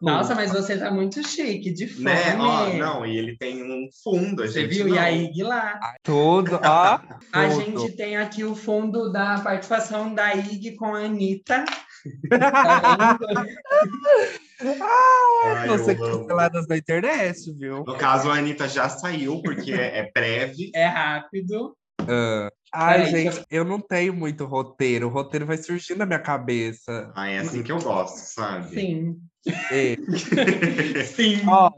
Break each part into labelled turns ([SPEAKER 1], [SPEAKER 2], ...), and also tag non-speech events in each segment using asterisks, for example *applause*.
[SPEAKER 1] Nossa, mas você tá muito chique, de fome.
[SPEAKER 2] Né? Ó, não, e ele tem um fundo, a
[SPEAKER 1] Você
[SPEAKER 2] gente
[SPEAKER 1] viu?
[SPEAKER 2] não. Ah,
[SPEAKER 1] E aí, Guilá? *laughs*
[SPEAKER 3] Tudo, Ah, ó.
[SPEAKER 1] A
[SPEAKER 3] tudo.
[SPEAKER 1] gente tem aqui o fundo da participação da IG com a
[SPEAKER 2] *laughs*
[SPEAKER 1] Anitta. Tá vendo?
[SPEAKER 2] Ai, eu
[SPEAKER 3] Você
[SPEAKER 2] amo.
[SPEAKER 3] canceladas da internet, viu?
[SPEAKER 2] No caso, a Anitta já saiu, porque é, é breve.
[SPEAKER 1] é rápido.
[SPEAKER 3] Ai,
[SPEAKER 1] Peraí, deixa
[SPEAKER 3] gente, eu não tenho muito roteiro. O roteiro vai surgir na minha cabeça.
[SPEAKER 2] Ai, é assim que eu gosto, sabe?
[SPEAKER 1] Sim. *laughs*
[SPEAKER 3] É.
[SPEAKER 2] *laughs*
[SPEAKER 1] Sim.
[SPEAKER 3] Ó,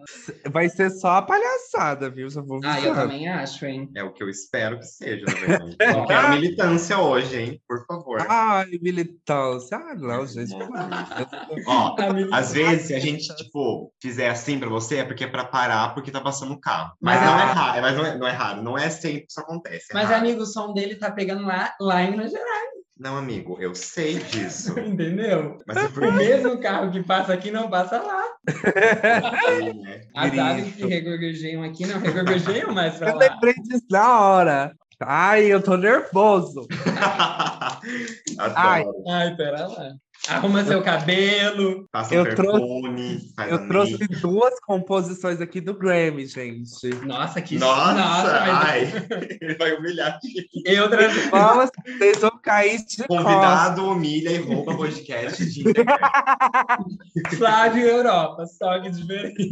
[SPEAKER 3] vai ser só a palhaçada, viu? Só vou
[SPEAKER 1] Ah, eu
[SPEAKER 3] avisando.
[SPEAKER 1] também acho, hein?
[SPEAKER 2] É o que eu espero que seja, na verdade. Não
[SPEAKER 1] Ah.
[SPEAKER 2] quero militância hoje, hein? Por favor.
[SPEAKER 3] Ai, militância. Ah, não, gente. pelo amor de
[SPEAKER 1] *laughs*
[SPEAKER 3] Deus.
[SPEAKER 2] Ó,
[SPEAKER 1] A menina-
[SPEAKER 2] às vezes, se a gente, tipo, fizer assim pra você, é porque é pra parar, porque tá passando o carro. Mas,
[SPEAKER 1] Ah.
[SPEAKER 2] não, é raro, mas não, é, não é raro, não é sempre que isso acontece. é
[SPEAKER 1] Mas,
[SPEAKER 2] raro.
[SPEAKER 1] amigo, o som dele tá pegando lá, lá em Minas Gerais,
[SPEAKER 2] Não, amigo, eu sei disso.
[SPEAKER 1] entendeu?
[SPEAKER 2] Mas é
[SPEAKER 1] *laughs*
[SPEAKER 2] por
[SPEAKER 1] O mesmo carro que passa aqui não passa lá.
[SPEAKER 2] isso, né? *laughs*
[SPEAKER 1] As aves que
[SPEAKER 3] Grito.
[SPEAKER 1] regorgejam aqui não regorgejam mais pra
[SPEAKER 3] Eu
[SPEAKER 1] lá.
[SPEAKER 3] lembrei disso na hora. Ai, eu tô nervoso.
[SPEAKER 2] Adoro.
[SPEAKER 3] Ai,
[SPEAKER 1] Ai, pera lá. Arruma seu cabelo.
[SPEAKER 2] Passa
[SPEAKER 3] eu
[SPEAKER 2] um perfume, faz
[SPEAKER 3] Eu
[SPEAKER 2] um
[SPEAKER 3] trouxe
[SPEAKER 2] mix.
[SPEAKER 3] duas composições aqui do Grammy, gente.
[SPEAKER 1] Nossa, que
[SPEAKER 2] Nossa,
[SPEAKER 1] mas *laughs*
[SPEAKER 2] ai. Ele vai humilhar.
[SPEAKER 1] eu trago.
[SPEAKER 3] Vamos, vocês vão cair de costas.
[SPEAKER 2] Convidado humilha e rouba podcast de *laughs*
[SPEAKER 1] Flávio Europa, só que
[SPEAKER 2] *laughs*
[SPEAKER 1] diferente.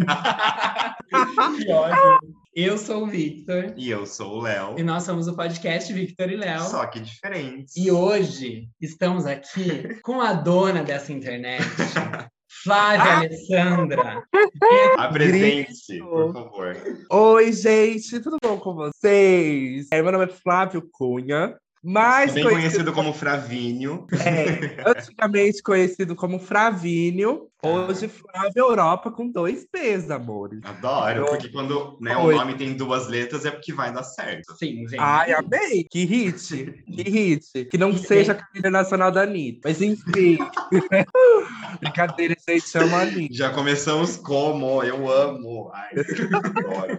[SPEAKER 1] que ódio. Eu sou o Victor
[SPEAKER 2] E eu sou o Léo.
[SPEAKER 1] e nós somos o podcast Victor e Léo.
[SPEAKER 2] Só que diferente.
[SPEAKER 1] E hoje estamos aqui com a dona dessa internet,
[SPEAKER 2] Ah!
[SPEAKER 1] Flávia Alessandra.
[SPEAKER 2] Apresente,
[SPEAKER 3] Grito.
[SPEAKER 2] por favor.
[SPEAKER 3] Oi, gente, tudo bom com vocês? É, meu nome é Flávio Cunha, mais
[SPEAKER 2] É Bem
[SPEAKER 3] conhecido,
[SPEAKER 2] conhecido como Fravinho.
[SPEAKER 3] é, antigamente conhecido como Fravinho, hoje Flávio Europa com dois P's, amores.
[SPEAKER 2] Adoro, porque quando né, o
[SPEAKER 3] Oi.
[SPEAKER 2] nome tem duas letras é porque vai dar certo.
[SPEAKER 1] Sim, gente.
[SPEAKER 3] Ai, amei! Que hit! Que hit! Que não seja a carreira nacional da Anitta. Mas enfim. *laughs* Brincadeira, gente, chama a Anitta.
[SPEAKER 2] Já começamos como? Eu amo. Ai, *laughs* adoro.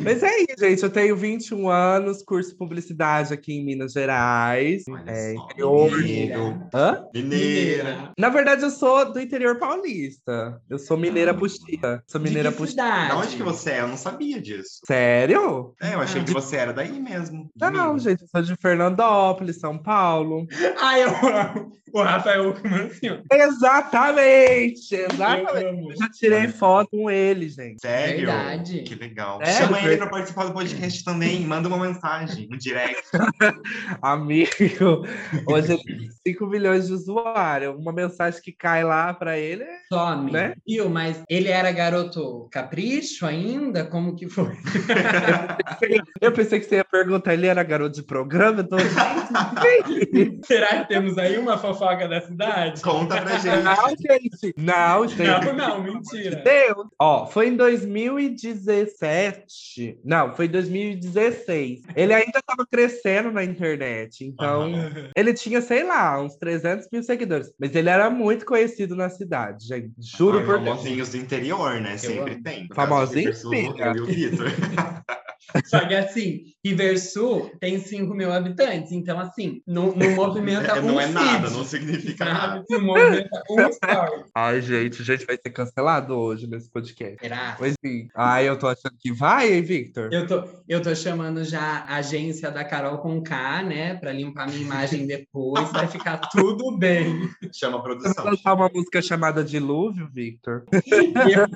[SPEAKER 3] Mas é isso, gente. Eu tenho 21 anos, curso de publicidade aqui em Minas Gerais.
[SPEAKER 2] Olha
[SPEAKER 3] É,
[SPEAKER 2] só,
[SPEAKER 3] interior.
[SPEAKER 2] mineiro.
[SPEAKER 3] Hã?
[SPEAKER 2] Mineira.
[SPEAKER 3] Na verdade, eu sou do interior paulista. Eu sou mineira puxita. Sou mineira
[SPEAKER 1] Mineira
[SPEAKER 3] puxita.
[SPEAKER 2] Da
[SPEAKER 1] Puxada.
[SPEAKER 2] onde que você é? Eu não sabia disso.
[SPEAKER 3] Sério?
[SPEAKER 2] É, eu achei que você era daí mesmo. de
[SPEAKER 3] Ah. Tá, Não,
[SPEAKER 2] Minas.
[SPEAKER 3] gente. Eu sou de Fernandópolis, São Paulo.
[SPEAKER 2] é?
[SPEAKER 1] Ai, eu amo. O Rafael Uckmann, assim, ó.
[SPEAKER 3] Exatamente! Exatamente.
[SPEAKER 1] Eu amo.
[SPEAKER 3] Eu já tirei foto com ele, gente.
[SPEAKER 2] Sério?
[SPEAKER 1] Verdade.
[SPEAKER 2] É, Que legal.
[SPEAKER 3] É,
[SPEAKER 2] Chama ele
[SPEAKER 3] foi-
[SPEAKER 2] pra participar do podcast também. Manda uma mensagem, um direct.
[SPEAKER 3] Amigo, hoje ele tem 5 milhões de usuários. Uma mensagem que cai lá pra ele é.
[SPEAKER 1] Some.
[SPEAKER 3] Né?
[SPEAKER 1] Viu? Mas ele era garoto capricho ainda? Como que foi?
[SPEAKER 3] Eu pensei que você ia perguntar, ele era garoto de programa? Eu tô...
[SPEAKER 1] Será que temos aí uma fofoca da cidade?
[SPEAKER 2] Conta pra gente.
[SPEAKER 3] Não, gente. Não, gente.
[SPEAKER 1] Não, não,
[SPEAKER 3] de
[SPEAKER 1] mentira.
[SPEAKER 3] Deus. Ó, foi em 2017. Não, foi em 2016. Ele ainda estava crescendo na internet, então. Ele tinha, sei lá, uns 300 mil seguidores. Mas ele era muito conhecido na cidade, gente. Juro
[SPEAKER 2] Ai,
[SPEAKER 3] por Deus.
[SPEAKER 2] famosinhos do interior, né? Sempre
[SPEAKER 1] amo.
[SPEAKER 2] tem. No
[SPEAKER 3] Famosinho,
[SPEAKER 2] caso, eu
[SPEAKER 3] filha.
[SPEAKER 2] e o Vitor.
[SPEAKER 3] *laughs*
[SPEAKER 1] Só que assim, Riversul tem 5 mil habitantes, então assim, não,
[SPEAKER 2] *laughs*
[SPEAKER 1] não movimenta
[SPEAKER 2] É, não
[SPEAKER 1] um
[SPEAKER 2] é nada,
[SPEAKER 1] feed,
[SPEAKER 2] não significa
[SPEAKER 3] Ah.
[SPEAKER 2] nada.
[SPEAKER 1] sabe? Não movimenta um story.
[SPEAKER 3] Ai, gente, a gente vai ser cancelado hoje nesse podcast.
[SPEAKER 1] Será?
[SPEAKER 3] Pois sim. Ai, eu tô achando que vai, hein, Victor?
[SPEAKER 1] Eu tô, eu tô chamando já a agência da Carol com K, né? Pra limpar minha
[SPEAKER 2] *laughs*
[SPEAKER 1] imagem depois, vai ficar tudo bem.
[SPEAKER 3] Você
[SPEAKER 2] Chama a
[SPEAKER 3] vai
[SPEAKER 2] produção.
[SPEAKER 3] lançar uma música chamada Dilúvio, Victor?
[SPEAKER 1] Eu,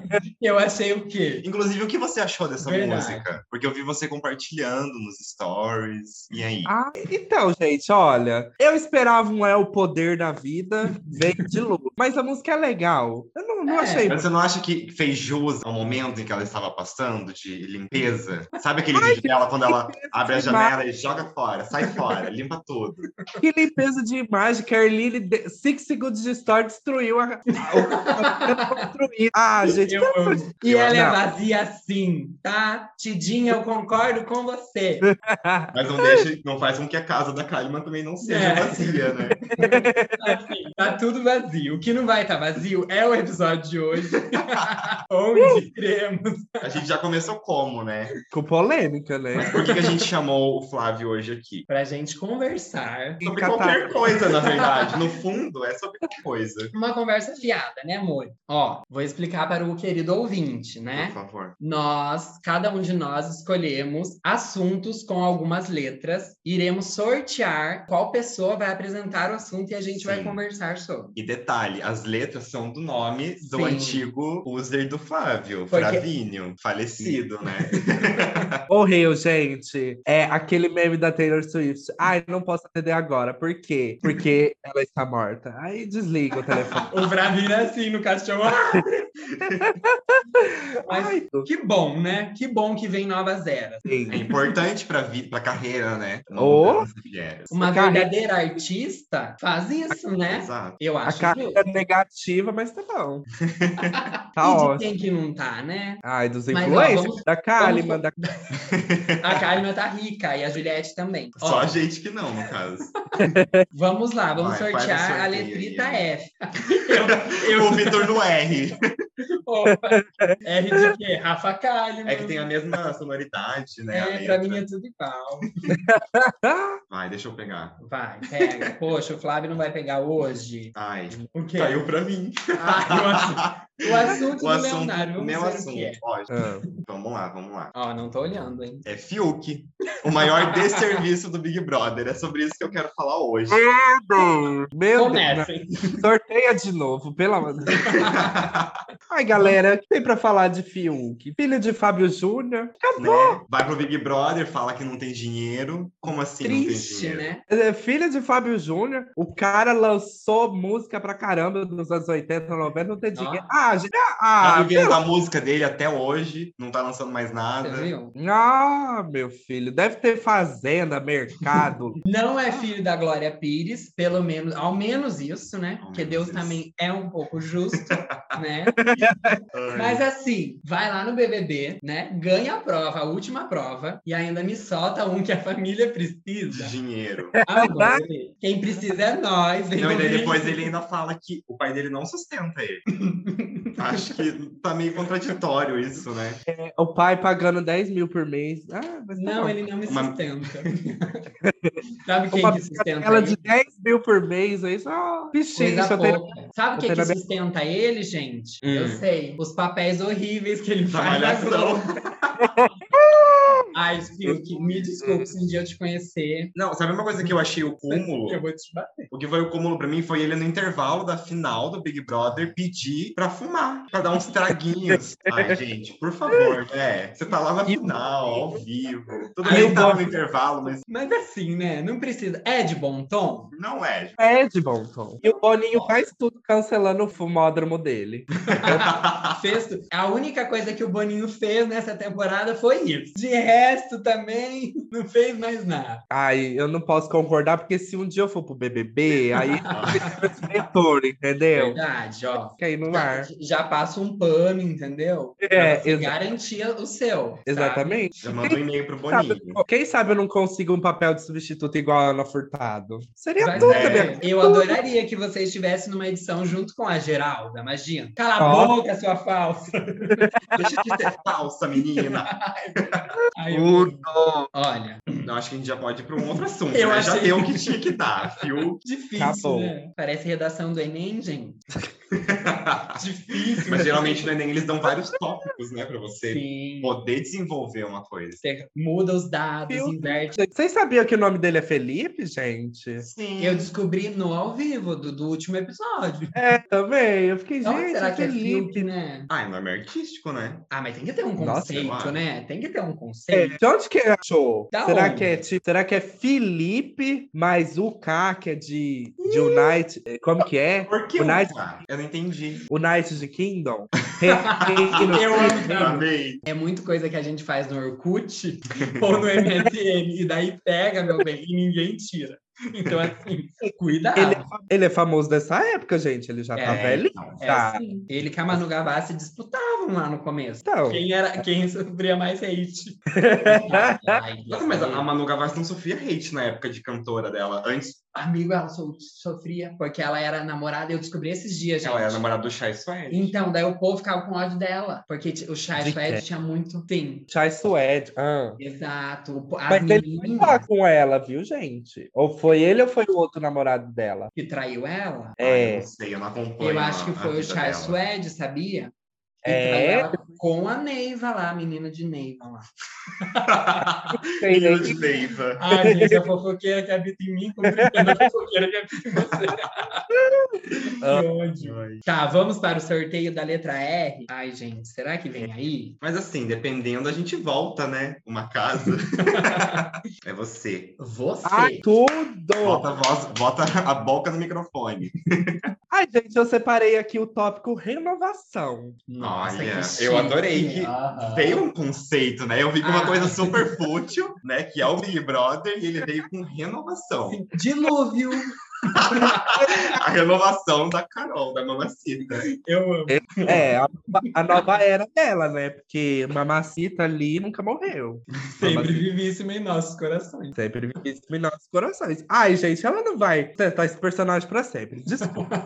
[SPEAKER 1] eu achei o quê?
[SPEAKER 2] Inclusive, o que você achou dessa
[SPEAKER 1] Verdade.
[SPEAKER 2] música? Porque eu vi você compartilhando nos stories. E aí?
[SPEAKER 3] Ah, então, gente, olha. Eu esperava um É o Poder da Vida, veio Dilúvio. *laughs* Mas a música é legal. Eu não, não
[SPEAKER 1] É.
[SPEAKER 3] achei.
[SPEAKER 2] Mas você não acha que fez jus ao momento em que ela estava passando de limpeza? Sabe aquele
[SPEAKER 3] Ai,
[SPEAKER 2] vídeo dela quando ela abre a
[SPEAKER 3] demais.
[SPEAKER 2] janela e joga fora, sai fora, limpa tudo?
[SPEAKER 3] Que limpeza de imagem. Carlini, de... Six Segundos de Story, destruiu a. *laughs* a- a- construir. ah, gente,
[SPEAKER 2] tá
[SPEAKER 1] Eu amo. E
[SPEAKER 3] Eu
[SPEAKER 1] ela é
[SPEAKER 3] não.
[SPEAKER 1] vazia sim, tá? Tidinha, eu concordo com você.
[SPEAKER 2] Mas não deixa, não faz com que a casa da Kalimann também não seja
[SPEAKER 1] É.
[SPEAKER 2] vazia, né?
[SPEAKER 1] Assim, tá tudo vazio. O que não vai estar vazio é o episódio de
[SPEAKER 3] *laughs*
[SPEAKER 1] hoje. Onde iremos.
[SPEAKER 2] A gente já começou como, né?
[SPEAKER 3] Com polêmica, né?
[SPEAKER 2] Mas por que, que a gente chamou o Flávio hoje aqui?
[SPEAKER 1] Pra gente conversar.
[SPEAKER 2] Sobre
[SPEAKER 3] Catar-
[SPEAKER 2] qualquer coisa, na verdade. No fundo, é sobre qualquer coisa.
[SPEAKER 1] Uma conversa fiada, né, amor? Ó, vou explicar para o querido ouvinte, né?
[SPEAKER 2] Por favor.
[SPEAKER 1] Nós, cada um de nós, escolhemos assuntos com algumas letras. Iremos sortear qual pessoa vai apresentar o assunto e a gente vai
[SPEAKER 2] Sim.
[SPEAKER 1] conversar sobre.
[SPEAKER 2] E detalhe, as letras são do nome do
[SPEAKER 1] Sim.
[SPEAKER 2] antigo user do Flávio,
[SPEAKER 1] Porque-
[SPEAKER 2] Fravínio, falecido, né?
[SPEAKER 3] Morreu, gente. É aquele meme da Taylor Swift. Ai, não posso atender agora. Por quê? Porque ela está morta. Aí desliga o telefone.
[SPEAKER 1] O Bravino é assim no caixão.
[SPEAKER 3] *laughs*
[SPEAKER 1] Mas
[SPEAKER 3] Ai, tudo
[SPEAKER 1] que bom, né? Que bom que vem novas eras.
[SPEAKER 3] bem.
[SPEAKER 2] É importante pra, vi- pra carreira, né?
[SPEAKER 3] Ô.
[SPEAKER 2] Das mulheres.
[SPEAKER 1] Uma
[SPEAKER 3] Cara,
[SPEAKER 1] verdadeira artista faz isso, né?
[SPEAKER 2] Exato.
[SPEAKER 1] Eu
[SPEAKER 3] A
[SPEAKER 1] acho
[SPEAKER 3] carga negativa, mas tá
[SPEAKER 1] *laughs*
[SPEAKER 3] bom.
[SPEAKER 1] que...
[SPEAKER 3] Tá
[SPEAKER 1] E de
[SPEAKER 3] ótimo.
[SPEAKER 1] quem que não tá, né?
[SPEAKER 3] Ai, dos
[SPEAKER 1] Mas, ó,
[SPEAKER 3] influencers,
[SPEAKER 1] vamos-
[SPEAKER 3] da Kalima, da...
[SPEAKER 1] A Karima tá rica e a Juliette também. Ó,
[SPEAKER 2] Só a gente que não, no caso.
[SPEAKER 1] Vamos lá, vamos
[SPEAKER 2] Vai, faz o
[SPEAKER 1] sortear a
[SPEAKER 2] sorteio aí,
[SPEAKER 1] letrita
[SPEAKER 2] né?
[SPEAKER 1] F. Eu, eu
[SPEAKER 2] O Vitor no R.
[SPEAKER 1] Opa, R de quê? Rafa Kalimann.
[SPEAKER 2] É que tem a mesma sonoridade, né? a
[SPEAKER 1] É,
[SPEAKER 2] letra.
[SPEAKER 1] pra mim é tudo igual.
[SPEAKER 3] Ah,
[SPEAKER 2] Vai, deixa eu pegar.
[SPEAKER 1] Vai, pega. Poxa, o Flávio não vai pegar hoje.
[SPEAKER 2] Ai,
[SPEAKER 1] O quê?
[SPEAKER 2] caiu pra mim.
[SPEAKER 1] Ah, o assunto, o assunto
[SPEAKER 2] o
[SPEAKER 1] do
[SPEAKER 2] assunto,
[SPEAKER 1] Leonardo. Vamos
[SPEAKER 2] meu
[SPEAKER 1] ver
[SPEAKER 2] assunto.
[SPEAKER 1] o que é.
[SPEAKER 2] Ó, então,
[SPEAKER 3] ah. *laughs*
[SPEAKER 2] vamos lá, vamos lá.
[SPEAKER 1] Ó, não tô olhando, hein?
[SPEAKER 2] É Fiuk, o *laughs* maior desserviço do Big Brother. É sobre isso que eu quero falar hoje.
[SPEAKER 1] É,
[SPEAKER 3] Meu Deus,
[SPEAKER 1] Comecem.
[SPEAKER 3] né? sorteia de novo, pelo amor de Deus. *laughs* Ai, galera, o que tem pra falar de Fiuk? Filho de Fábio Júnior?
[SPEAKER 2] né? Vai pro Big Brother, fala que não tem dinheiro. Como assim não tem
[SPEAKER 1] Triste,
[SPEAKER 2] dinheiro?
[SPEAKER 1] né?
[SPEAKER 3] É, Filho de Fábio Júnior, o cara lançou música pra caramba nos anos 80, 90, não tem dinheiro. Ah, gente,
[SPEAKER 2] Tá
[SPEAKER 3] ah,
[SPEAKER 2] vivendo a música dele até hoje, não tá lançando mais
[SPEAKER 1] Você
[SPEAKER 2] nada.
[SPEAKER 1] viu?
[SPEAKER 3] ah, meu filho, deve ter fazenda, mercado.
[SPEAKER 1] *laughs* Não
[SPEAKER 2] Ah.
[SPEAKER 1] é filho da Glória Pires, pelo menos, ao menos isso, né?
[SPEAKER 2] Ao
[SPEAKER 1] Porque
[SPEAKER 2] menos
[SPEAKER 1] Deus
[SPEAKER 2] isso.
[SPEAKER 1] também é um pouco
[SPEAKER 2] *laughs*
[SPEAKER 1] justo, né?
[SPEAKER 2] Ai.
[SPEAKER 1] Mas assim, vai lá no BBB, né? Ganha a prova, a última prova, e ainda me solta um que a família
[SPEAKER 2] de
[SPEAKER 1] precisa.
[SPEAKER 2] dinheiro.
[SPEAKER 1] Amor, quem precisa é nós. vem
[SPEAKER 2] Não, e daí
[SPEAKER 1] comigo.
[SPEAKER 2] depois É, ele ainda fala que o pai dele não sustenta *laughs* ele. Acho que tá meio contraditório isso, né?
[SPEAKER 3] É, o pai pagando 10 mil por mês. Ah, mas tá bom.
[SPEAKER 1] Não, ele não me
[SPEAKER 2] Uma- *laughs*
[SPEAKER 1] sustenta. Sabe quem
[SPEAKER 3] Uma
[SPEAKER 1] que sustenta
[SPEAKER 3] Ela
[SPEAKER 1] ele?
[SPEAKER 3] de 10 mil por mês, aí só. Bichinho,
[SPEAKER 1] Coisa
[SPEAKER 3] só tem-
[SPEAKER 1] pouca. Sabe o
[SPEAKER 3] eu
[SPEAKER 1] que, que
[SPEAKER 3] tenho a-
[SPEAKER 1] sustenta ele, gente?
[SPEAKER 3] Hum.
[SPEAKER 1] Eu sei. Os papéis horríveis que ele
[SPEAKER 2] Da
[SPEAKER 1] faz na
[SPEAKER 2] malhação.
[SPEAKER 1] Globo. Ai, Silk, me desculpe se um dia eu te conhecer.
[SPEAKER 2] Não, sabe uma coisa que eu achei o cúmulo?
[SPEAKER 1] Eu vou te bater.
[SPEAKER 2] O que foi o cúmulo pra mim foi ele no intervalo da final do Big Brother pedir pra fumar, pra dar uns *laughs* traguinhos. Ai, gente, por favor, né? Você tá lá na final, ao vivo. Tudo
[SPEAKER 1] Ai,
[SPEAKER 2] bem que
[SPEAKER 3] eu
[SPEAKER 2] tava no
[SPEAKER 3] gosto.
[SPEAKER 2] intervalo, mas
[SPEAKER 1] Mas assim, né? Não precisa. É de bom tom?
[SPEAKER 2] não é. *laughs* gente.
[SPEAKER 3] É de bom tom. E o Boninho faz tudo cancelando o fumódromo dele.
[SPEAKER 1] Fez... tu- A única coisa que o Boninho fez nessa temporada foi isso. De resto, também não fez mais nada.
[SPEAKER 3] Ai, eu não posso concordar, porque se um dia eu for pro BBB, aí eu sou retorno, entendeu?
[SPEAKER 1] Verdade, ó.
[SPEAKER 3] Fica aí no ar.
[SPEAKER 1] Já passa um pano, entendeu?
[SPEAKER 3] É,
[SPEAKER 1] Pra
[SPEAKER 3] exa-
[SPEAKER 1] Garantia o seu. tá? sabe?
[SPEAKER 3] exatamente.
[SPEAKER 2] Já mandou um e-mail pro Boninho.
[SPEAKER 3] Quem sabe eu não consigo um papel de substituto igual a Ana Furtado? Seria
[SPEAKER 1] Vai
[SPEAKER 3] tudo,
[SPEAKER 1] ser.
[SPEAKER 2] né?
[SPEAKER 3] minha...
[SPEAKER 1] é, Eu adoraria que você estivesse numa edição junto com a Geralda, imagina. Cala a
[SPEAKER 3] Ó.
[SPEAKER 1] boca, sua falsa. *laughs*
[SPEAKER 2] Deixa de ser falsa, menina.
[SPEAKER 1] Ai, eu-
[SPEAKER 3] Tudo.
[SPEAKER 1] Olha,
[SPEAKER 2] Eu acho que a gente já pode ir pra um outro assunto.
[SPEAKER 1] Eu
[SPEAKER 2] né? Já
[SPEAKER 1] achei-
[SPEAKER 2] deu o que tinha que dar, *laughs* viu?
[SPEAKER 1] difícil,
[SPEAKER 3] Acabou.
[SPEAKER 1] né? Parece redação do Enem, gente. Difícil.
[SPEAKER 2] Mas geralmente no Enem eles dão vários tópicos, né, pra você
[SPEAKER 1] Sim.
[SPEAKER 2] poder desenvolver uma coisa.
[SPEAKER 1] Você muda os dados,
[SPEAKER 3] Meu
[SPEAKER 1] inverte.
[SPEAKER 3] Vocês sabiam que o nome dele é Felipe, gente?
[SPEAKER 2] Sim.
[SPEAKER 1] Eu descobri no ao vivo do, do último episódio.
[SPEAKER 3] É, também. Eu fiquei,
[SPEAKER 1] Então,
[SPEAKER 3] gente,
[SPEAKER 1] será que é
[SPEAKER 3] Felipe.
[SPEAKER 1] Fiuk, né?
[SPEAKER 2] Ah, é nome artístico, né?
[SPEAKER 1] Ah, mas tem que ter um
[SPEAKER 3] Nossa,
[SPEAKER 1] conceito,
[SPEAKER 2] eu acho.
[SPEAKER 1] né? Tem que ter um
[SPEAKER 3] É,
[SPEAKER 1] conceito.
[SPEAKER 3] de onde que achou?
[SPEAKER 1] Da
[SPEAKER 3] será,
[SPEAKER 1] onde?
[SPEAKER 3] que é, tipo, será que é Felipe mais o K, que é de, de Unite? eh, Como que é?
[SPEAKER 2] Por que
[SPEAKER 3] O
[SPEAKER 2] o
[SPEAKER 3] Night-
[SPEAKER 2] cara? Eu não entendi.
[SPEAKER 3] Unite de Kingdom? Reino-
[SPEAKER 1] *laughs* Eu amo.
[SPEAKER 2] Amei.
[SPEAKER 1] É muito coisa que a gente faz no Orkut *laughs* ou no MSN, e daí pega, meu bem, e ninguém tira. Então, assim, cuidado.
[SPEAKER 3] ele, é fa- ele é famoso dessa época, gente. Ele já tá
[SPEAKER 1] É,
[SPEAKER 3] velhinho.
[SPEAKER 2] então.
[SPEAKER 1] É
[SPEAKER 3] tá?
[SPEAKER 1] assim. Ele com a Manu Gavassi disputavam um lá no começo.
[SPEAKER 3] Então,
[SPEAKER 1] Quem, era, quem sofria mais hate. Ai,
[SPEAKER 2] Nossa, mas a a Manu Gavassi não sofria hate na época de cantora dela. Antes
[SPEAKER 1] Amigo, ela so- sofria porque ela era namorada. Eu descobri esses dias, gente.
[SPEAKER 2] ela era namorada do Chai Suede.
[SPEAKER 1] Então, daí o povo ficava com ódio dela. Porque t- o Chai
[SPEAKER 3] De
[SPEAKER 1] Suede
[SPEAKER 3] quem?
[SPEAKER 1] tinha muito... Sim,
[SPEAKER 3] Chai Suede. Ah.
[SPEAKER 1] exato. O po- As
[SPEAKER 3] Mas ele foi
[SPEAKER 1] meninas
[SPEAKER 3] lá com ela, viu, gente? Ou foi ele ou foi o outro namorado dela?
[SPEAKER 1] que traiu ela...
[SPEAKER 2] Ah,
[SPEAKER 3] É.
[SPEAKER 2] eu não sei, eu não acompanho.
[SPEAKER 1] Eu
[SPEAKER 2] a-
[SPEAKER 1] acho que
[SPEAKER 2] a
[SPEAKER 1] foi o
[SPEAKER 2] vida
[SPEAKER 1] Charles
[SPEAKER 2] dela.
[SPEAKER 1] Suede, sabia? E
[SPEAKER 3] É?
[SPEAKER 1] traiu ela com a Neiva lá, a menina de Neiva lá.
[SPEAKER 3] Sei
[SPEAKER 2] Menino
[SPEAKER 3] nem-
[SPEAKER 2] de Neiva.
[SPEAKER 1] *laughs* Ah, gente, a fofoqueira que habita em mim, complicando a fofoqueira que habita em você. *laughs* que ódio. Tá, vamos para o sorteio da letra R. Ai, gente, será que vem aí?
[SPEAKER 2] Mas assim, dependendo, a gente volta, né? Uma casa.
[SPEAKER 3] *laughs*
[SPEAKER 2] é você.
[SPEAKER 1] Você.
[SPEAKER 3] Ai, tudo!
[SPEAKER 2] Bota a, voz, bota a boca no microfone.
[SPEAKER 3] Ai, gente, eu separei aqui o tópico renovação.
[SPEAKER 1] Nossa,
[SPEAKER 2] Olha,
[SPEAKER 1] que
[SPEAKER 2] eu
[SPEAKER 1] chique.
[SPEAKER 2] adorei que
[SPEAKER 1] Aham.
[SPEAKER 2] Veio um conceito, né? Eu vi com uma
[SPEAKER 1] Ah.
[SPEAKER 2] coisa super fútil, né? Que é o Big Brother, e ele veio com renovação.
[SPEAKER 1] Dilúvio.
[SPEAKER 2] A renovação da Carol, da mamacita.
[SPEAKER 1] Eu amo.
[SPEAKER 3] É, a, a nova era dela, né? Porque Mamacita ali nunca morreu.
[SPEAKER 1] Sempre vivíssima em nossos corações.
[SPEAKER 3] Sempre vivíssima em nossos corações. Ai, gente, ela não vai tentar esse personagem pra sempre.
[SPEAKER 2] *laughs*
[SPEAKER 3] Desculpa.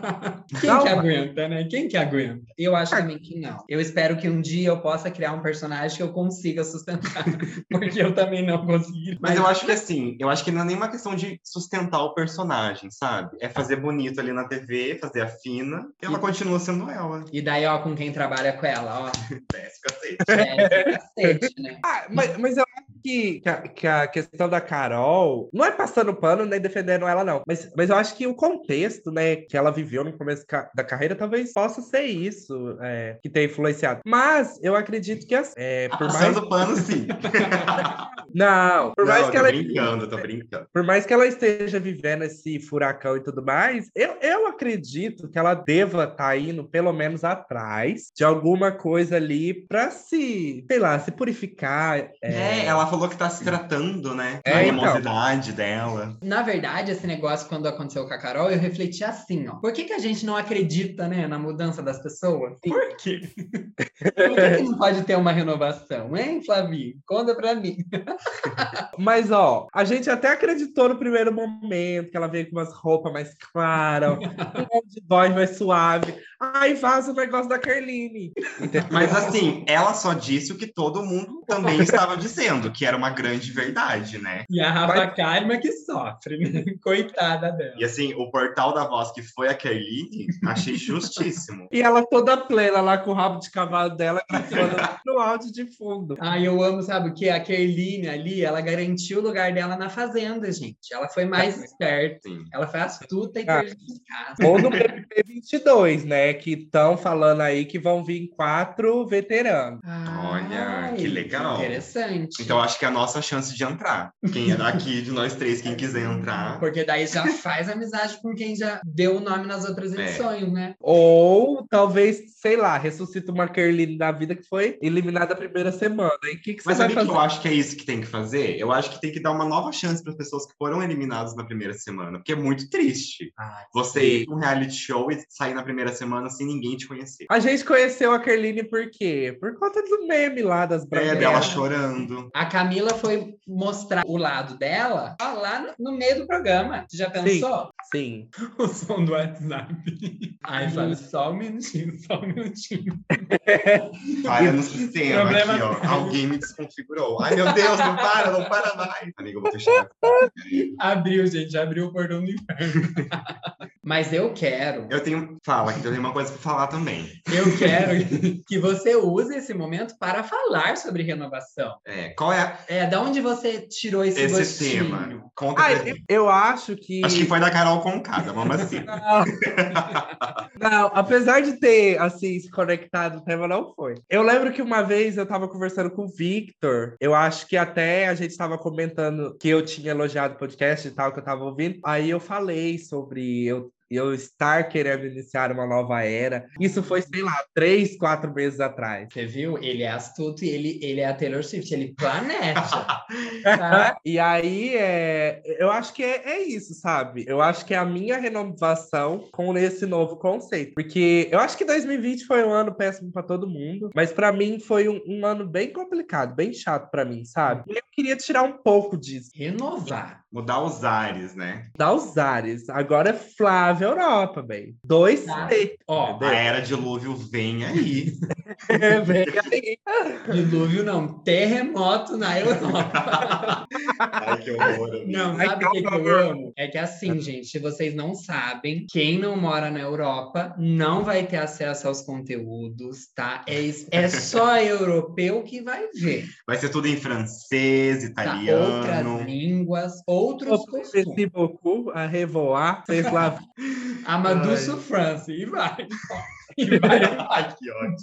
[SPEAKER 1] Quem
[SPEAKER 3] Não,
[SPEAKER 1] que
[SPEAKER 3] mas-
[SPEAKER 1] aguenta, né? Quem que aguenta? Eu acho também que não. Eu espero que um dia eu possa criar um personagem que eu consiga sustentar, *laughs* porque eu também não consegui.
[SPEAKER 2] Mas eu acho que assim, eu acho que não é nenhuma questão de sustentar o personagem, sabe? É fazer bonito ali na TV, fazer a fina, e ela continua sendo ela. assim.
[SPEAKER 1] E daí, ó, com quem trabalha com ela, ó. *laughs*
[SPEAKER 2] Desce, cacete.
[SPEAKER 1] É, cacete, né?
[SPEAKER 3] Ah, mas, mas eu acho que, que, a, que a questão da Carol não é passando pano nem defendendo ela, não. Mas, mas eu acho que o contexto, né, que ela viveu no começo ca- da carreira talvez possa ser isso é, que tenha influenciado. Mas eu acredito que as- é, por mais.
[SPEAKER 2] Passando pano, sim.
[SPEAKER 3] Não, *laughs* por mais
[SPEAKER 2] Ah, Não,
[SPEAKER 3] que
[SPEAKER 2] tô
[SPEAKER 3] ela é
[SPEAKER 2] brincando, tô brincando.
[SPEAKER 3] Por mais que ela esteja vivendo esse furacão e tudo mais, eu, eu acredito que ela deva estar indo, pelo menos, atrás de alguma coisa ali pra se, sei lá, se purificar.
[SPEAKER 2] É, ela falou que tá se tratando, né?
[SPEAKER 3] É,
[SPEAKER 2] a
[SPEAKER 3] então.
[SPEAKER 2] animosidade dela.
[SPEAKER 1] Na verdade, esse negócio, quando aconteceu com a Carol, eu refleti assim, ó. Por que, que a gente não acredita, né, na mudança das pessoas? Por quê? Por que, que não pode ter uma renovação, hein, Flavinho? Conta pra mim.
[SPEAKER 3] Mas, ó, a gente até acreditou no primeiro momento que ela veio com umas roupas mais claras, um de voz mais suave. Aí vaza o negócio da Carline.
[SPEAKER 2] Mas assim, ela só disse o que todo mundo também estava dizendo, que era uma grande verdade, né?
[SPEAKER 1] E a Rafa Karma que sofre, né? *laughs* Coitada dela.
[SPEAKER 2] E assim, o portal da voz que foi a Kerline, achei justíssimo.
[SPEAKER 3] E ela toda plena lá com o rabo de cavalo dela, gritando no áudio de fundo.
[SPEAKER 1] Ai, eu amo, sabe o que? A Kerline ali, ela garantiu o lugar dela na fazenda, gente. Ela foi mais esperta.
[SPEAKER 2] Sim.
[SPEAKER 1] Ela foi astuta e
[SPEAKER 3] Ah.
[SPEAKER 1] perspicaz.
[SPEAKER 3] Ou no BBB 22, né? Que estão falando aí que vão vir quatro veteranos.
[SPEAKER 2] Olha,
[SPEAKER 1] Ai,
[SPEAKER 2] que legal.
[SPEAKER 1] Interessante.
[SPEAKER 2] Então acho que é a nossa chance de entrar. Quem é daqui de nós três, quem quiser entrar.
[SPEAKER 1] Porque daí já faz amizade com quem já deu o nome nas outras
[SPEAKER 2] É.
[SPEAKER 1] edições, né?
[SPEAKER 3] Ou talvez, sei lá, ressuscita uma Kerline da vida que foi eliminada a primeira semana. E o que, que você
[SPEAKER 2] Mas
[SPEAKER 3] vai
[SPEAKER 2] sabe o que
[SPEAKER 3] fazer?
[SPEAKER 2] eu acho que é isso que tem que fazer? Eu acho que tem que dar uma nova chance para as pessoas que foram eliminadas na primeira semana, porque é muito triste.
[SPEAKER 1] Ai,
[SPEAKER 2] Você ir pra um reality show e sair na primeira semana sem ninguém te conhecer.
[SPEAKER 3] A gente conheceu a Kerline por quê? Por conta do meme lá das
[SPEAKER 2] É,
[SPEAKER 3] branquelas.
[SPEAKER 2] dela chorando.
[SPEAKER 1] A Camila foi mostrar o lado dela ó, lá no- no meio do programa. Você já pensou?
[SPEAKER 3] Sim.
[SPEAKER 1] *laughs* O som do WhatsApp. Ai, Fábio, só um minutinho, *laughs* só um minutinho.
[SPEAKER 2] Falha no sistema
[SPEAKER 1] Problema
[SPEAKER 2] aqui, ó.
[SPEAKER 1] sério.
[SPEAKER 2] Alguém me desconfigurou. Ai, meu Deus, não para, não para mais. Amiga, eu vou fechar.
[SPEAKER 1] Abriu, gente, abriu o portão do inferno. *laughs* Mas eu quero,
[SPEAKER 2] Eu tenho. Fala, que eu tenho uma coisa pra falar também.
[SPEAKER 1] eu quero *laughs* que você use esse momento para falar sobre renovação.
[SPEAKER 2] É, qual é a-
[SPEAKER 1] É, da onde você tirou esse,
[SPEAKER 2] esse
[SPEAKER 1] gostinho?
[SPEAKER 2] tema? Conta
[SPEAKER 3] Ah,
[SPEAKER 2] pra
[SPEAKER 3] eu,
[SPEAKER 2] mim.
[SPEAKER 3] eu acho que.
[SPEAKER 2] Acho que foi da Carol Concada, *laughs* mamacita.
[SPEAKER 3] Não. Não, apesar de ter, assim, se conectado o tema, não foi. Eu lembro que uma vez eu tava conversando com o Victor, eu acho que até a gente tava comentando que eu tinha elogiado o podcast e tal, que eu tava ouvindo. Aí eu falei sobre eu eu estar querendo iniciar uma nova era. Isso foi, sei lá, três, quatro meses atrás.
[SPEAKER 1] Você viu? Ele é astuto e ele, ele é a Taylor Swift, ele
[SPEAKER 2] *laughs*
[SPEAKER 1] planeja.
[SPEAKER 3] Tá? e aí, é, eu acho que é, é isso, sabe? Eu acho que é a minha renovação com esse novo conceito. Porque eu acho que 2020 foi um ano péssimo para todo mundo, mas para mim foi um, um ano bem complicado, bem chato para mim, sabe? E eu queria tirar um pouco disso.
[SPEAKER 1] Renovar.
[SPEAKER 2] Mudar os ares, né?
[SPEAKER 3] Mudar os ares. Agora é Flávia Europa, bem. Dois
[SPEAKER 1] Tá. *laughs*
[SPEAKER 3] C.
[SPEAKER 1] Ó,
[SPEAKER 2] A era dilúvio vem aí.
[SPEAKER 3] É, vem aí.
[SPEAKER 1] dilúvio não, terremoto na Europa.
[SPEAKER 2] *laughs* Ai, que horror. amigo.
[SPEAKER 1] Não,
[SPEAKER 3] Ai,
[SPEAKER 1] sabe o que, que eu
[SPEAKER 3] calma,
[SPEAKER 1] amo? É que assim, gente, se vocês não sabem, quem não mora na Europa não vai ter acesso aos conteúdos, tá? É, isso- é
[SPEAKER 2] *laughs*
[SPEAKER 1] só europeu que vai ver.
[SPEAKER 2] Vai ser tudo em francês,
[SPEAKER 1] Tá?
[SPEAKER 2] italiano.
[SPEAKER 1] Outras línguas, outros costumes.
[SPEAKER 3] Esse bocu a revoar, sei lá.
[SPEAKER 1] Amaduço France, e
[SPEAKER 2] *laughs*
[SPEAKER 1] vai. E vai,
[SPEAKER 2] Ai, que ótimo.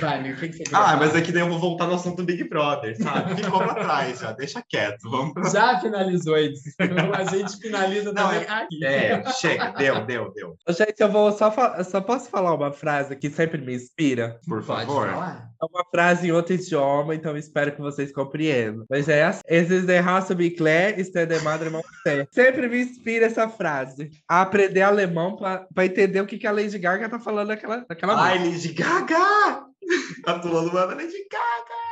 [SPEAKER 1] vai, meu, o que, que você quer?
[SPEAKER 2] Ah, mas aqui daí eu vou voltar no assunto do Big Brother, sabe? Ficou pra trás já, deixa quieto. Vamos pra...
[SPEAKER 1] Já finalizou a edição, a gente finaliza
[SPEAKER 2] Não,
[SPEAKER 1] também aqui.
[SPEAKER 2] É, chega, deu, deu, deu.
[SPEAKER 3] Gente, eu vou só, fa- eu só posso falar uma frase que sempre me inspira.
[SPEAKER 2] Por
[SPEAKER 1] Pode
[SPEAKER 2] favor.
[SPEAKER 1] falar.
[SPEAKER 3] É uma frase em outro idioma, então espero que vocês compreendam. Mas é assim. Existe de raça biclé, este é de madre montanha. Sempre me inspira essa frase. A aprender alemão pra, pra entender o que, que a Lady Gaga tá falando naquela, naquela
[SPEAKER 2] Ai, Lady Gaga! Tá pulando mano, Lady Gaga!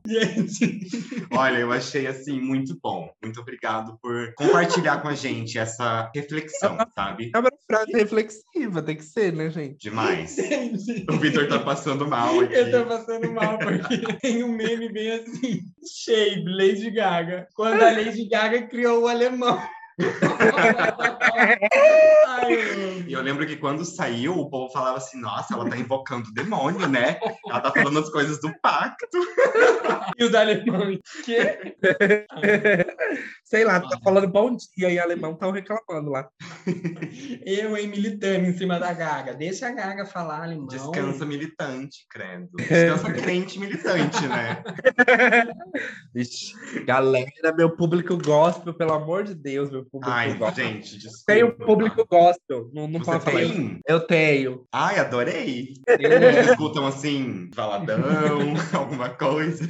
[SPEAKER 3] *laughs*
[SPEAKER 1] Gente,
[SPEAKER 2] Olha, eu achei assim muito bom. Muito obrigado por compartilhar com a gente essa
[SPEAKER 3] *laughs*
[SPEAKER 2] reflexão, sabe?
[SPEAKER 3] É uma frase reflexiva, tem que ser, né, gente?
[SPEAKER 2] Demais.
[SPEAKER 1] gente.
[SPEAKER 2] O Vitor tá passando mal aqui.
[SPEAKER 1] Eu tô passando mal porque tem um meme bem assim, shape, Lady Gaga. Quando a Lady Gaga criou o alemão. Ai, eu amo.
[SPEAKER 2] E eu lembro que quando saiu, o povo falava assim: nossa, ela tá invocando o demônio, né? Ela tá falando as coisas do pacto.
[SPEAKER 1] e os alemães. Que?
[SPEAKER 3] Sei lá, tá falando bom dia e alemão tão reclamando lá.
[SPEAKER 1] Eu, hein, militando em cima da Gaga. Deixa a Gaga falar alemão.
[SPEAKER 2] Descansa militante, credo.
[SPEAKER 3] É.
[SPEAKER 2] Descansa crente militante,
[SPEAKER 3] *laughs*
[SPEAKER 2] né?
[SPEAKER 3] Ixi, galera, meu público gospel, pelo amor de Deus, meu público
[SPEAKER 2] Ai,
[SPEAKER 3] gospel.
[SPEAKER 2] gente, desculpa.
[SPEAKER 3] Tem um público gospel, não, não
[SPEAKER 2] Você
[SPEAKER 3] pode falar isso.
[SPEAKER 2] tem?
[SPEAKER 3] Eu tenho.
[SPEAKER 2] Ai, adorei.
[SPEAKER 1] Eu-
[SPEAKER 2] Eles escutam assim, valadão, *laughs* alguma coisa.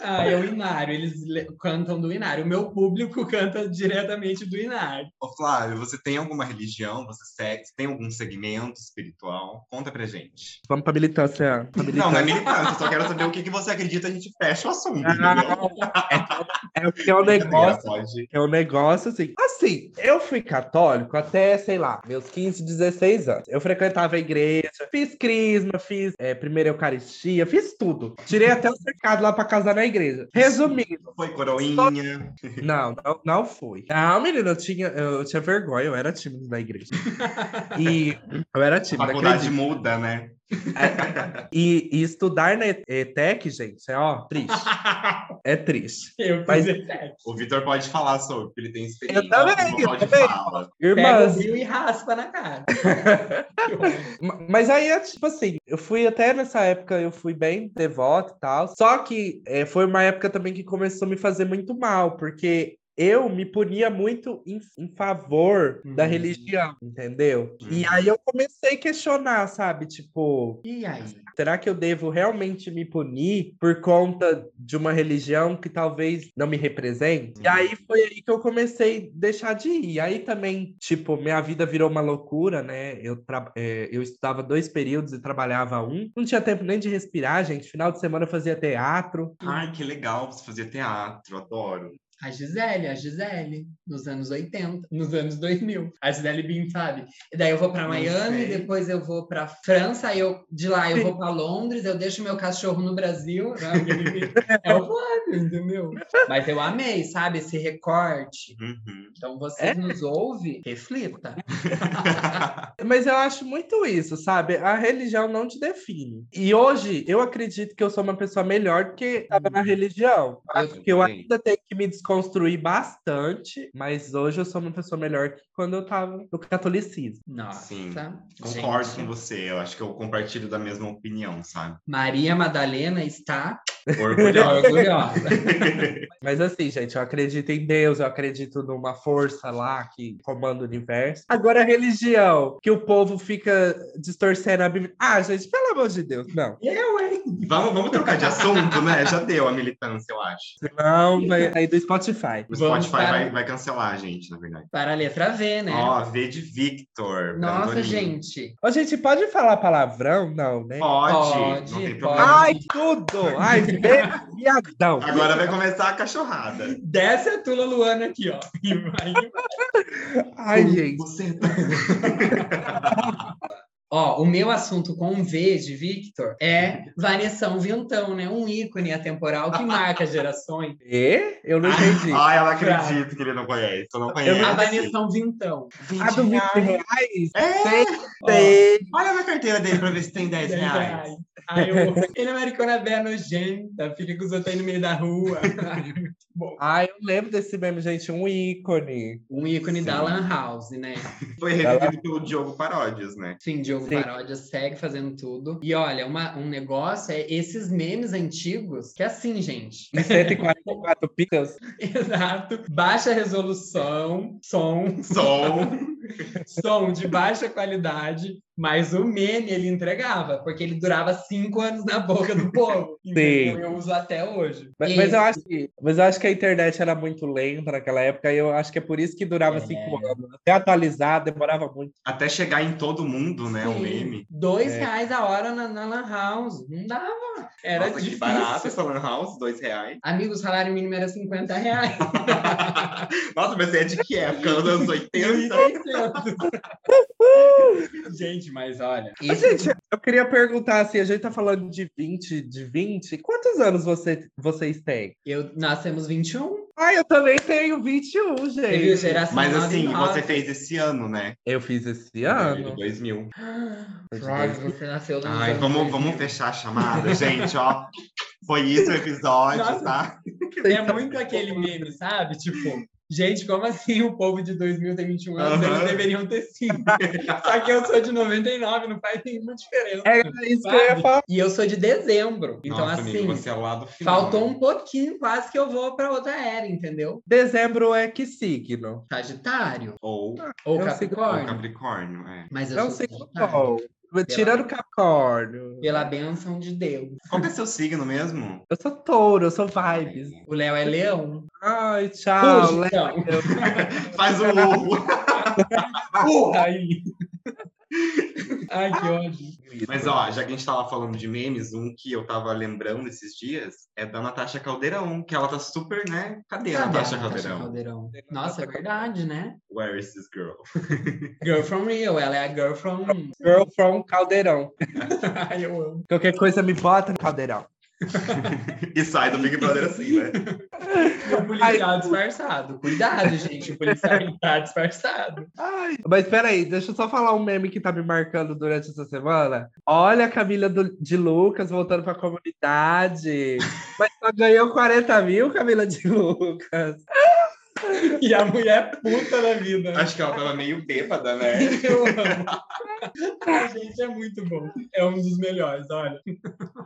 [SPEAKER 1] Ah, é o Inário. Eles le- cantam do Inário. O meu público canta diretamente do Inário.
[SPEAKER 2] Ô, Flávio, você tem alguma religião? Você segue? Você tem algum segmento espiritual? Conta pra gente.
[SPEAKER 3] Vamos pra militância. Pra
[SPEAKER 2] Não, não é
[SPEAKER 3] militância.
[SPEAKER 2] militância, eu só quero saber o que, que você acredita, a gente fecha o assunto.
[SPEAKER 3] É
[SPEAKER 2] entendeu?
[SPEAKER 3] Ah, um, é, é, é um
[SPEAKER 2] Brincadeira,
[SPEAKER 3] negócio
[SPEAKER 2] pode.
[SPEAKER 3] É um negócio assim. Assim, eu fui católico até, sei lá, meus 15, 16 anos. Eu frequentava a igreja, fiz crisma, fiz é, primeira Eucaristia, fiz tudo. Tirei até o cercado lá pra casar na igreja. Resumindo,
[SPEAKER 2] Foi coroinha.
[SPEAKER 3] não, não, não fui. Não, menino, eu tinha, eu tinha vergonha, eu era tímido na igreja. E eu era
[SPEAKER 2] A
[SPEAKER 3] tímido,
[SPEAKER 2] faculdade
[SPEAKER 3] acredito.
[SPEAKER 2] muda, né?
[SPEAKER 3] E, e estudar na E- ETEC, gente, é ó, triste. É triste.
[SPEAKER 1] Eu
[SPEAKER 3] Mas-
[SPEAKER 1] fiz ETEC.
[SPEAKER 2] O Vitor pode falar sobre, porque ele tem experiência.
[SPEAKER 3] Eu também,
[SPEAKER 2] ele
[SPEAKER 3] eu
[SPEAKER 2] pode
[SPEAKER 3] também.
[SPEAKER 2] falar.
[SPEAKER 1] Pega o
[SPEAKER 3] Irmãs,
[SPEAKER 1] rio e raspa na cara.
[SPEAKER 3] Ma- Mas aí, é tipo assim, eu fui até nessa época, eu fui bem devoto e tal. Só que eh, foi uma época também que começou a me fazer muito mal, porque eu me punia muito em, em favor da
[SPEAKER 1] Hum.
[SPEAKER 3] religião, entendeu? E
[SPEAKER 2] Hum.
[SPEAKER 3] aí eu comecei a questionar, sabe? Tipo,
[SPEAKER 1] E aí?
[SPEAKER 3] será que eu devo realmente me punir por conta de uma religião que talvez não me represente? E aí foi aí que eu comecei a deixar de ir. E aí também, tipo, minha vida virou uma loucura, né? Eu, tra- eh, eu estudava dois períodos e trabalhava um. Não tinha tempo nem de respirar, gente. Final de semana eu fazia teatro.
[SPEAKER 2] Ai, que legal, você fazia teatro, adoro.
[SPEAKER 1] A Gisele, a Gisele, nos anos 80, nos anos 2000. A Gisele Bin, sabe? E daí eu vou pra
[SPEAKER 2] Não
[SPEAKER 1] Miami,
[SPEAKER 2] sei.
[SPEAKER 1] depois eu vou pra França, aí eu, de lá eu vou pra Londres, eu deixo meu cachorro no Brasil. né? É o plano, entendeu? Mas eu amei, sabe? Esse recorte.
[SPEAKER 2] Uhum.
[SPEAKER 1] Então você
[SPEAKER 3] É?
[SPEAKER 1] nos ouve, reflita.
[SPEAKER 3] Mas eu acho muito isso, sabe? A religião não te define. E hoje eu acredito que eu sou uma pessoa melhor do que estava na religião. Acho que eu
[SPEAKER 2] também.
[SPEAKER 3] ainda tenho que me desconstruir bastante, mas hoje eu sou uma pessoa melhor que quando eu estava no catolicismo.
[SPEAKER 1] Nossa.
[SPEAKER 2] Sim, Concordo
[SPEAKER 1] gente.
[SPEAKER 2] com você, eu acho que eu compartilho da mesma opinião, sabe?
[SPEAKER 1] Maria Madalena está
[SPEAKER 3] *laughs*
[SPEAKER 2] Orgulhosa.
[SPEAKER 1] Orgulhosa.
[SPEAKER 3] Mas assim, gente, eu acredito em Deus, eu acredito numa força lá que comanda o universo. Agora a religião, que o povo fica distorcendo a Bíblia. Ah, gente, pelo amor de Deus, não.
[SPEAKER 1] Eu, hein?
[SPEAKER 2] Vamos, vamos trocar de assunto, né? Já deu a militância, eu acho.
[SPEAKER 3] Não, vai aí do Spotify.
[SPEAKER 2] O
[SPEAKER 1] Vamos
[SPEAKER 2] Spotify
[SPEAKER 1] para-
[SPEAKER 2] vai, vai cancelar a gente, na verdade.
[SPEAKER 1] Para a letra V, né?
[SPEAKER 2] Ó, V de Victor.
[SPEAKER 1] Nossa,
[SPEAKER 2] Brandolin.
[SPEAKER 1] gente.
[SPEAKER 3] Ô, gente, pode falar palavrão? Não, né?
[SPEAKER 2] Pode, não
[SPEAKER 1] Pode,
[SPEAKER 2] tem
[SPEAKER 1] pode.
[SPEAKER 2] problema.
[SPEAKER 3] Ai, tudo! Ai, *laughs* be- viadão!
[SPEAKER 2] Agora vai começar a cachorrada.
[SPEAKER 1] Desce é a Tula Luana aqui, ó. *laughs* E vai.
[SPEAKER 3] Ai, gente.
[SPEAKER 2] Você tá...
[SPEAKER 1] Ó, o meu assunto com V de Victor é Vanessão Vintão, né? Um ícone atemporal que *laughs* marca gerações.
[SPEAKER 3] E? Eu não entendi.
[SPEAKER 2] Ai, eu não acredito que ele não conhece. Eu não conheço.
[SPEAKER 1] A Vanessão Vintão.
[SPEAKER 3] A Ah, do 20 reais?
[SPEAKER 2] É,
[SPEAKER 1] Ó,
[SPEAKER 3] Sei.
[SPEAKER 2] olha na carteira dele pra ver se tem 10
[SPEAKER 1] 10
[SPEAKER 2] reais.
[SPEAKER 1] reais. Ai, eu... Ele é maricona bela nojenta, filho que os outros aí no meio da rua.
[SPEAKER 3] Ai, eu lembro desse meme, gente. Um ícone.
[SPEAKER 1] *laughs* Um ícone da Lan House, né?
[SPEAKER 2] Foi revivido pelo Diogo Paródias, né?
[SPEAKER 1] Sim, Diogo
[SPEAKER 3] Sim.
[SPEAKER 1] Paródia segue fazendo tudo. E olha, uma- um negócio é esses memes antigos, que é assim, gente.
[SPEAKER 3] Em 144 pixels.
[SPEAKER 1] Exato. Baixa resolução, som,
[SPEAKER 2] Som.
[SPEAKER 1] som de baixa qualidade, mas o meme ele entregava, porque ele durava cinco anos na boca do povo. Então eu uso até hoje.
[SPEAKER 3] Mas,
[SPEAKER 1] E-
[SPEAKER 3] mas é eu acho que, mas eu acho que a internet era muito lenta naquela época e eu acho que é por isso que durava
[SPEAKER 1] É.
[SPEAKER 3] cinco anos. Até atualizar, demorava muito.
[SPEAKER 2] Até chegar em todo mundo, né? O
[SPEAKER 1] Sim,
[SPEAKER 2] meme.
[SPEAKER 1] Dois
[SPEAKER 3] um É.
[SPEAKER 1] reais a hora na, na Lan House. Não dava. Era
[SPEAKER 2] Nossa, que
[SPEAKER 1] difícil.
[SPEAKER 2] barato essa Lan House, 2 reais.
[SPEAKER 1] Amigo, o salário mínimo era 50
[SPEAKER 2] *laughs*
[SPEAKER 1] reais.
[SPEAKER 2] Nossa, mas você é de que época? Nos anos 80?
[SPEAKER 1] Gente, mas olha.
[SPEAKER 3] Mas, gente, eu queria perguntar assim, a gente tá falando de 20, de 20. Quantos anos você, vocês têm?
[SPEAKER 1] Eu, nós temos 21.
[SPEAKER 3] Ah, eu também tenho 21,
[SPEAKER 1] Teve
[SPEAKER 3] gente.
[SPEAKER 1] geração
[SPEAKER 2] Mas assim,
[SPEAKER 1] 99.
[SPEAKER 2] você fez esse ano, né?
[SPEAKER 3] Eu fiz esse ano.
[SPEAKER 2] 2000.
[SPEAKER 1] Frog, Ah, você nasceu no.
[SPEAKER 2] Ai, vamos, vamos fechar a chamada, gente, ó. Foi isso o episódio,
[SPEAKER 1] Nossa.
[SPEAKER 2] tá?
[SPEAKER 1] É muito aquele meme, sabe? Tipo, gente, como assim o povo de 2000 tem 21 anos?
[SPEAKER 2] Aham.
[SPEAKER 1] Eles deveriam ter 5. Só que eu sou de 99, não faz nenhuma diferença.
[SPEAKER 3] É isso que eu ia
[SPEAKER 1] Sabe?
[SPEAKER 3] falar.
[SPEAKER 1] E eu sou de dezembro. Então,
[SPEAKER 2] Nossa,
[SPEAKER 1] assim,
[SPEAKER 2] amigo, você é lá do final.
[SPEAKER 1] faltou um pouquinho, quase que eu vou pra outra era, entendeu?
[SPEAKER 3] Dezembro é que signo?
[SPEAKER 1] Sagitário
[SPEAKER 2] Ou
[SPEAKER 1] ou
[SPEAKER 3] Eu sei que-
[SPEAKER 2] ou
[SPEAKER 1] Capricórnio.
[SPEAKER 2] Capricórnio, é.
[SPEAKER 1] Mas eu
[SPEAKER 3] Não
[SPEAKER 1] sou
[SPEAKER 3] sei
[SPEAKER 1] Sagitário.
[SPEAKER 3] qual. Tirando Capricórnio.
[SPEAKER 1] Pela bênção de Deus.
[SPEAKER 2] Qual que é seu signo mesmo?
[SPEAKER 3] Eu sou touro, eu sou vibes.
[SPEAKER 1] O Léo é leão.
[SPEAKER 3] Ai,
[SPEAKER 2] Ah,
[SPEAKER 3] tchau.
[SPEAKER 1] Puxa,
[SPEAKER 3] Léo.
[SPEAKER 2] é
[SPEAKER 1] então.
[SPEAKER 2] Faz o ovo.
[SPEAKER 1] Porra tá aí. *laughs* Ai, que ódio.
[SPEAKER 2] Mas ó, já que a gente tava falando de memes, um que eu tava lembrando esses dias é da Natasha Caldeirão, que ela tá super, né? Cadê
[SPEAKER 1] Cadê
[SPEAKER 2] a
[SPEAKER 1] a
[SPEAKER 2] Natasha
[SPEAKER 1] Natasha
[SPEAKER 2] Caldeirão?
[SPEAKER 1] Ah, Caldeirão? Nossa, é verdade, né?
[SPEAKER 2] Where is this girl? *laughs*
[SPEAKER 1] Girl from Rio, ela é a girl from. *laughs*
[SPEAKER 3] Girl from Caldeirão.
[SPEAKER 1] Ai, eu amo.
[SPEAKER 3] Qualquer coisa me bota no Caldeirão.
[SPEAKER 2] E sai do Big Brother assim, né?
[SPEAKER 1] *laughs* E o policial disfarçado. Cuidado, gente. O policial *laughs* tá disfarçado.
[SPEAKER 3] Ai. Mas peraí, deixa eu só falar um meme que tá me marcando durante essa semana. Olha a Camila do- de Lucas voltando
[SPEAKER 1] *laughs*
[SPEAKER 3] pra comunidade. Mas só ganhou 40 mil, Camila de Lucas.
[SPEAKER 1] E a mulher é puta da *laughs* vida.
[SPEAKER 2] Acho que ela tava meio bêbada, né?
[SPEAKER 1] Eu amo. Ai, gente, é muito bom. É um dos melhores, olha.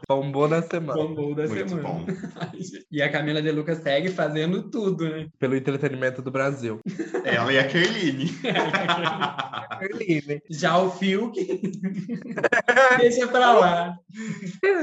[SPEAKER 3] Bombou na semana.
[SPEAKER 1] Bombou da
[SPEAKER 2] Muito
[SPEAKER 1] semana.
[SPEAKER 2] bom.
[SPEAKER 1] Ai, gente. E a Camila De Lucas segue fazendo tudo, né? *laughs*
[SPEAKER 3] Pelo entretenimento do Brasil.
[SPEAKER 2] É, Ela e a Kerline.
[SPEAKER 3] Berlim.
[SPEAKER 1] Já o *laughs* Fiuk. Deixa pra lá.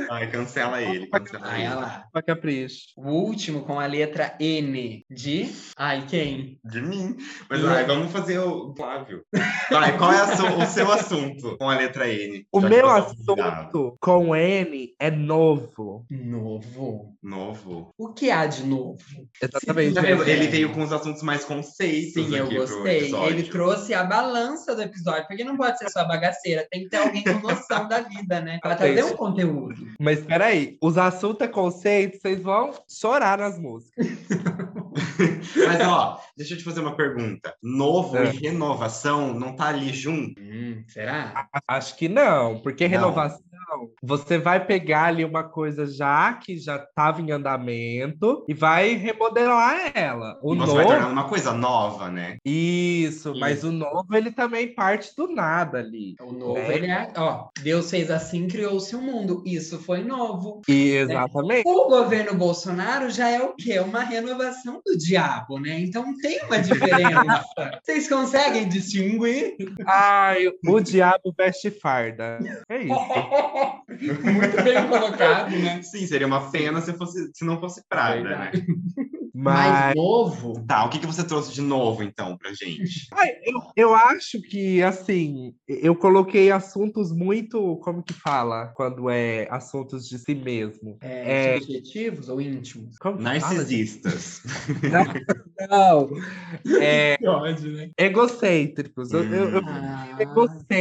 [SPEAKER 2] Ai, cancela ele. Cancela
[SPEAKER 1] Ai, olha
[SPEAKER 2] ele.
[SPEAKER 1] lá.
[SPEAKER 3] Pra capricho.
[SPEAKER 1] O último com a letra N de. Ai, quem?
[SPEAKER 2] De mim. Mas ai, vamos fazer o Flávio. Vai, qual é a su- o seu assunto com a letra N?
[SPEAKER 3] O
[SPEAKER 2] Já que
[SPEAKER 3] meu
[SPEAKER 2] você é convidado.
[SPEAKER 3] assunto com N é novo.
[SPEAKER 1] Novo.
[SPEAKER 2] Novo.
[SPEAKER 1] O que há de novo?
[SPEAKER 3] Exatamente.
[SPEAKER 2] Tá vendo?
[SPEAKER 1] Sim.
[SPEAKER 2] Ele veio com os assuntos mais conceitos.
[SPEAKER 1] é Sim, eu
[SPEAKER 2] aqui pro
[SPEAKER 1] gostei.
[SPEAKER 2] episódio.
[SPEAKER 1] Ele trouxe a balança do episódio, porque não pode ser só bagaceira, tem que ter alguém com noção da vida, né? Pra
[SPEAKER 3] Tem
[SPEAKER 1] trazer
[SPEAKER 3] isso.
[SPEAKER 1] um conteúdo.
[SPEAKER 3] Mas peraí, os assuntos é conceito, vocês vão chorar nas músicas.
[SPEAKER 2] Mas ó, deixa eu te fazer uma pergunta. Novo
[SPEAKER 3] É.
[SPEAKER 2] e renovação não tá ali junto?
[SPEAKER 1] Hum, será?
[SPEAKER 3] Acho que não, porque
[SPEAKER 2] Não.
[SPEAKER 3] renovação Você vai pegar ali uma coisa já que já estava em andamento e vai remodelar ela. O
[SPEAKER 2] Nossa, vai
[SPEAKER 3] novo,
[SPEAKER 2] tornar uma coisa nova, né?
[SPEAKER 3] isso, mas o novo ele também parte do nada ali.
[SPEAKER 1] O novo,
[SPEAKER 3] É.
[SPEAKER 1] ele é, ó, Deus fez assim, criou-se o mundo. Isso foi novo.
[SPEAKER 3] E exatamente.
[SPEAKER 1] O governo Bolsonaro já é o quê? Uma renovação do diabo, né? Então tem uma
[SPEAKER 2] *laughs*
[SPEAKER 1] diferença. Vocês conseguem distinguir?
[SPEAKER 3] Ai, o diabo veste farda. É isso.
[SPEAKER 1] *laughs* Muito bem colocado, né?
[SPEAKER 2] Sim, seria uma pena se, fosse, se não fosse Prada, né?
[SPEAKER 1] Verdade.
[SPEAKER 3] Mas
[SPEAKER 1] Mais novo.
[SPEAKER 2] Tá, o que, que você trouxe de novo, então,
[SPEAKER 3] *laughs*
[SPEAKER 2] pra gente?
[SPEAKER 3] ai, eu, eu acho que assim, eu coloquei assuntos muito, como que fala? Quando é assuntos de si mesmo.
[SPEAKER 1] É,
[SPEAKER 3] É.
[SPEAKER 1] Subjetivos ou íntimos?
[SPEAKER 3] Como que fala,
[SPEAKER 2] Narcisistas.
[SPEAKER 3] gente?
[SPEAKER 1] *laughs*
[SPEAKER 3] Não. É,
[SPEAKER 1] Pode, né?
[SPEAKER 3] egocêntricos. Eu- eu- eu
[SPEAKER 1] Ah,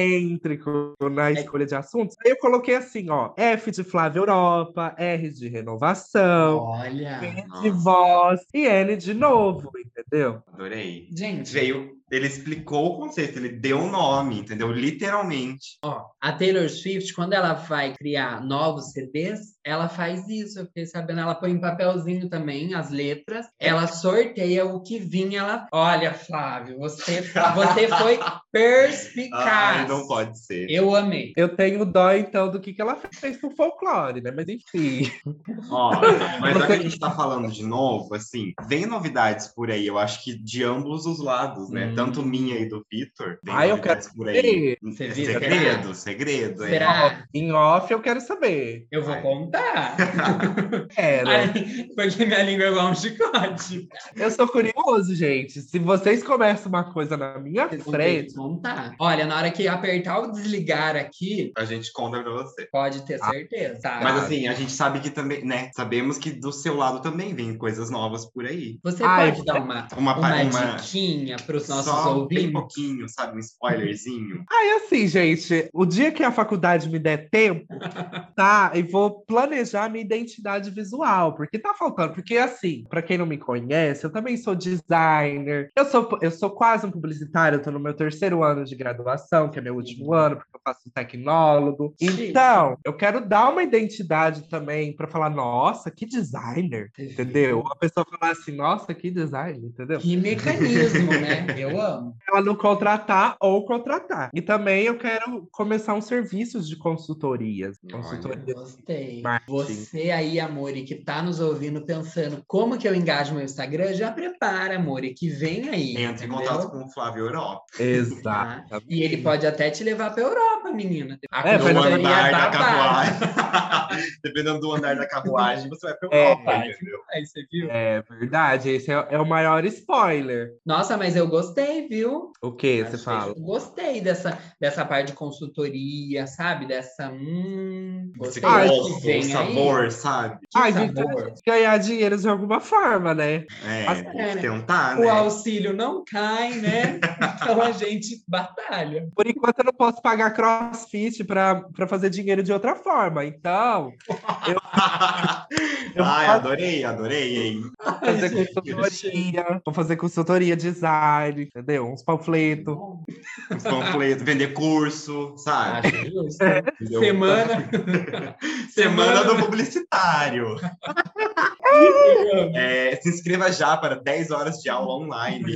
[SPEAKER 3] egocêntrico na
[SPEAKER 2] É.
[SPEAKER 3] escolha de assuntos. Aí eu coloquei assim, ó, F de Flávia Europa, R de renovação,
[SPEAKER 1] olha.
[SPEAKER 3] N de
[SPEAKER 2] Nossa.
[SPEAKER 3] voz e N de novo, entendeu?
[SPEAKER 2] Adorei.
[SPEAKER 1] Gente,
[SPEAKER 2] Veio, ele explicou o conceito, ele deu o nome, entendeu? Literalmente.
[SPEAKER 1] Oh, a Taylor Swift, quando ela vai criar novos CDs, ela faz isso, eu fiquei sabendo. Ela põe em papelzinho também as letras, ela sorteia o que vinha. Ela, olha, Flávio, você, você foi
[SPEAKER 2] Ai,
[SPEAKER 1] perspicaz.
[SPEAKER 2] Ah, não pode ser.
[SPEAKER 1] Eu amei.
[SPEAKER 3] Eu tenho dó, então, do que, que ela fez com o folclore, né? Mas enfim.
[SPEAKER 2] Ó, mas já que a gente tá falando de novo, assim, vem novidades por aí, eu acho que de ambos os lados, né?
[SPEAKER 1] Hum.
[SPEAKER 2] Tanto minha e do Vitor. Vem
[SPEAKER 3] Ah, eu
[SPEAKER 2] novidades por aí.
[SPEAKER 3] E,
[SPEAKER 1] Você
[SPEAKER 2] É
[SPEAKER 1] viu?
[SPEAKER 2] segredo, segredo. é.
[SPEAKER 1] Será?
[SPEAKER 3] em off, eu quero saber.
[SPEAKER 1] Eu vou
[SPEAKER 2] Ai.
[SPEAKER 1] contar.
[SPEAKER 3] Era.
[SPEAKER 1] Ai, *laughs* porque minha língua é igual um chicote.
[SPEAKER 3] Eu sou curioso, gente. Se vocês começam uma coisa na minha
[SPEAKER 1] Vocês vão ter
[SPEAKER 3] frente,
[SPEAKER 1] que contar. Olha, na hora que apertar o desligar aqui,
[SPEAKER 2] A gente conta pra você.
[SPEAKER 1] pode
[SPEAKER 3] Ah.
[SPEAKER 1] ter certeza. tá?
[SPEAKER 2] Mas assim, a gente sabe que também, né? Sabemos que do seu lado também vem coisas novas por aí.
[SPEAKER 1] Você
[SPEAKER 3] Ai, tá
[SPEAKER 1] pode dar uma,
[SPEAKER 2] Uma,
[SPEAKER 1] uma,
[SPEAKER 2] uma, uma
[SPEAKER 1] diquinha para os nossos
[SPEAKER 2] só bem
[SPEAKER 1] ouvintes?
[SPEAKER 2] pouquinho, sabe? Um spoilerzinho.
[SPEAKER 3] Aí assim, gente, o dia que a faculdade me der tempo, tá? E vou planejar minha identidade visual, porque tá faltando. Porque assim, pra quem não me conhece, eu também sou designer. Eu sou, eu sou quase um publicitário, eu tô no meu terceiro ano de graduação, que é meu último ano, porque eu faço tecnólogo.
[SPEAKER 1] Uhum. Chique.
[SPEAKER 3] Então, eu quero dar uma identidade também pra falar, nossa, que designer, entendeu? Uma pessoa falar assim, nossa, que designer, entendeu?
[SPEAKER 1] Que mecanismo, né? Eu amo.
[SPEAKER 3] ela não contratar ou contratar. E também eu quero começar uns serviços de consultorias.
[SPEAKER 2] Olha.
[SPEAKER 3] Consultorias.
[SPEAKER 1] Gostei.
[SPEAKER 3] Marketing.
[SPEAKER 1] Você aí, Amore, que tá nos ouvindo pensando como que eu engajo meu Instagram, já prepara, Amore, que vem aí.
[SPEAKER 2] Entra em
[SPEAKER 1] entendeu?
[SPEAKER 2] contato com o Flávio Europa.
[SPEAKER 3] Exato.
[SPEAKER 1] E ele pode até te levar pra Europa, menina. A
[SPEAKER 3] É,
[SPEAKER 2] No
[SPEAKER 3] vai na
[SPEAKER 1] consultoria
[SPEAKER 2] andar da
[SPEAKER 1] babado.
[SPEAKER 2] carruagem. *laughs* Dependendo do andar da carruagem, você vai pra Europa,
[SPEAKER 1] É.
[SPEAKER 2] entendeu?
[SPEAKER 1] Aí você viu?
[SPEAKER 3] É verdade, esse é, é o maior spoiler.
[SPEAKER 1] Nossa, mas eu gostei, viu?
[SPEAKER 3] O que
[SPEAKER 1] Achei-
[SPEAKER 3] você fala?
[SPEAKER 1] Gostei dessa, dessa parte de consultoria, sabe? Dessa. Hum,
[SPEAKER 2] Esse
[SPEAKER 1] gostei.
[SPEAKER 3] Ai,
[SPEAKER 2] gosto,
[SPEAKER 1] Vem
[SPEAKER 2] o
[SPEAKER 1] aí.
[SPEAKER 2] sabor, sabe?
[SPEAKER 1] Que
[SPEAKER 3] Ai, Ah, gente,
[SPEAKER 1] sabor.
[SPEAKER 3] ganhar dinheiro de alguma forma, né?
[SPEAKER 2] É,
[SPEAKER 3] Assim,
[SPEAKER 2] tem
[SPEAKER 1] é,
[SPEAKER 2] que
[SPEAKER 1] né?
[SPEAKER 2] tentar,
[SPEAKER 1] O
[SPEAKER 2] né?
[SPEAKER 1] auxílio não cai,
[SPEAKER 3] *laughs*
[SPEAKER 1] né? Então a gente batalha.
[SPEAKER 3] Por enquanto eu não posso pagar crossfit pra, pra fazer dinheiro de outra forma. Então, Eu
[SPEAKER 2] Ai,
[SPEAKER 3] faço-
[SPEAKER 2] adorei, adorei, hein?
[SPEAKER 3] vou fazer
[SPEAKER 1] gente,
[SPEAKER 3] consultoria, vou fazer consultoria, design, entendeu? Uns panfletos.
[SPEAKER 2] Os panfletos, vender curso, sabe?
[SPEAKER 1] Acho justo.
[SPEAKER 3] É.
[SPEAKER 2] Entendeu?
[SPEAKER 1] Ah, Semana. *laughs*
[SPEAKER 2] Semana do publicitário. É, se inscreva já para 10 horas de aula
[SPEAKER 1] *laughs*
[SPEAKER 2] online.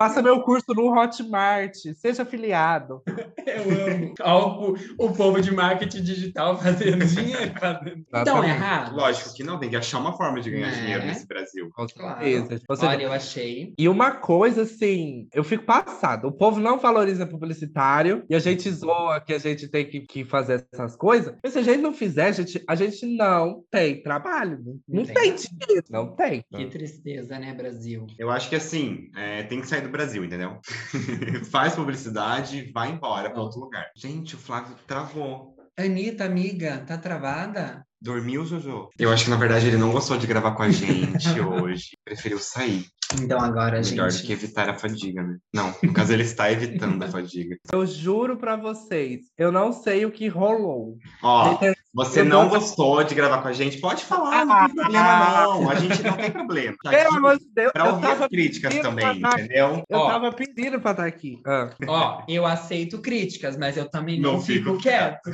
[SPEAKER 3] Faça meu curso no Hotmart, seja afiliado.
[SPEAKER 1] Eu amo. Ó, o, o povo de marketing digital fazendo dinheiro. Fazendo... Então,
[SPEAKER 2] é
[SPEAKER 3] Exatamente.
[SPEAKER 1] errado.
[SPEAKER 2] Lógico que não, tem que achar uma forma de ganhar
[SPEAKER 1] Né?
[SPEAKER 2] dinheiro nesse Brasil.
[SPEAKER 3] Com
[SPEAKER 1] Claro.
[SPEAKER 3] certeza. Tipo, ou seja,
[SPEAKER 1] Olha, eu achei.
[SPEAKER 3] E uma coisa assim, eu fico passado. O povo não valoriza publicitário e a gente zoa que a gente tem que, que fazer essas coisas. Mas se a gente não fizer, a gente, a gente não tem trabalho. Não, não
[SPEAKER 1] tem.
[SPEAKER 3] tem dinheiro. Não tem.
[SPEAKER 1] Que tristeza, né, Brasil?
[SPEAKER 2] Eu acho que assim, é, tem que sair do Brasil, entendeu? *laughs* Faz publicidade e vai embora para outro lugar. Gente, o Flávio travou.
[SPEAKER 1] Anitta, amiga, tá travada?
[SPEAKER 2] Dormiu, Jojo? Eu acho que, na verdade, ele não gostou de gravar com a gente
[SPEAKER 3] *laughs*
[SPEAKER 2] hoje. Preferiu sair.
[SPEAKER 1] Então agora,
[SPEAKER 2] Melhor
[SPEAKER 1] gente.
[SPEAKER 2] do que evitar a fadiga, né? Não, no caso, ele está evitando a fadiga.
[SPEAKER 3] Eu juro pra vocês, eu não sei o que rolou. *laughs*
[SPEAKER 2] Ó,
[SPEAKER 3] Na
[SPEAKER 2] Você
[SPEAKER 3] Então, Eu
[SPEAKER 2] não
[SPEAKER 3] vou-
[SPEAKER 2] gostou de gravar com a gente? Pode falar, não
[SPEAKER 3] Ah,
[SPEAKER 2] tem problema, não. A gente não tem problema.
[SPEAKER 3] *laughs*
[SPEAKER 2] Tá
[SPEAKER 3] Pelo
[SPEAKER 2] aqui
[SPEAKER 3] amor de Deus,
[SPEAKER 2] Pra
[SPEAKER 3] eu
[SPEAKER 2] ouvir as
[SPEAKER 3] tava,
[SPEAKER 2] críticas
[SPEAKER 3] pedindo
[SPEAKER 2] também,
[SPEAKER 3] pra dar-
[SPEAKER 2] entendeu?
[SPEAKER 3] eu
[SPEAKER 1] Ó.
[SPEAKER 3] tava pedindo pra estar aqui. Ah.
[SPEAKER 1] Ó, eu aceito críticas, mas eu também não,
[SPEAKER 2] Não
[SPEAKER 1] fico,
[SPEAKER 2] fico
[SPEAKER 1] quieto.
[SPEAKER 3] *laughs*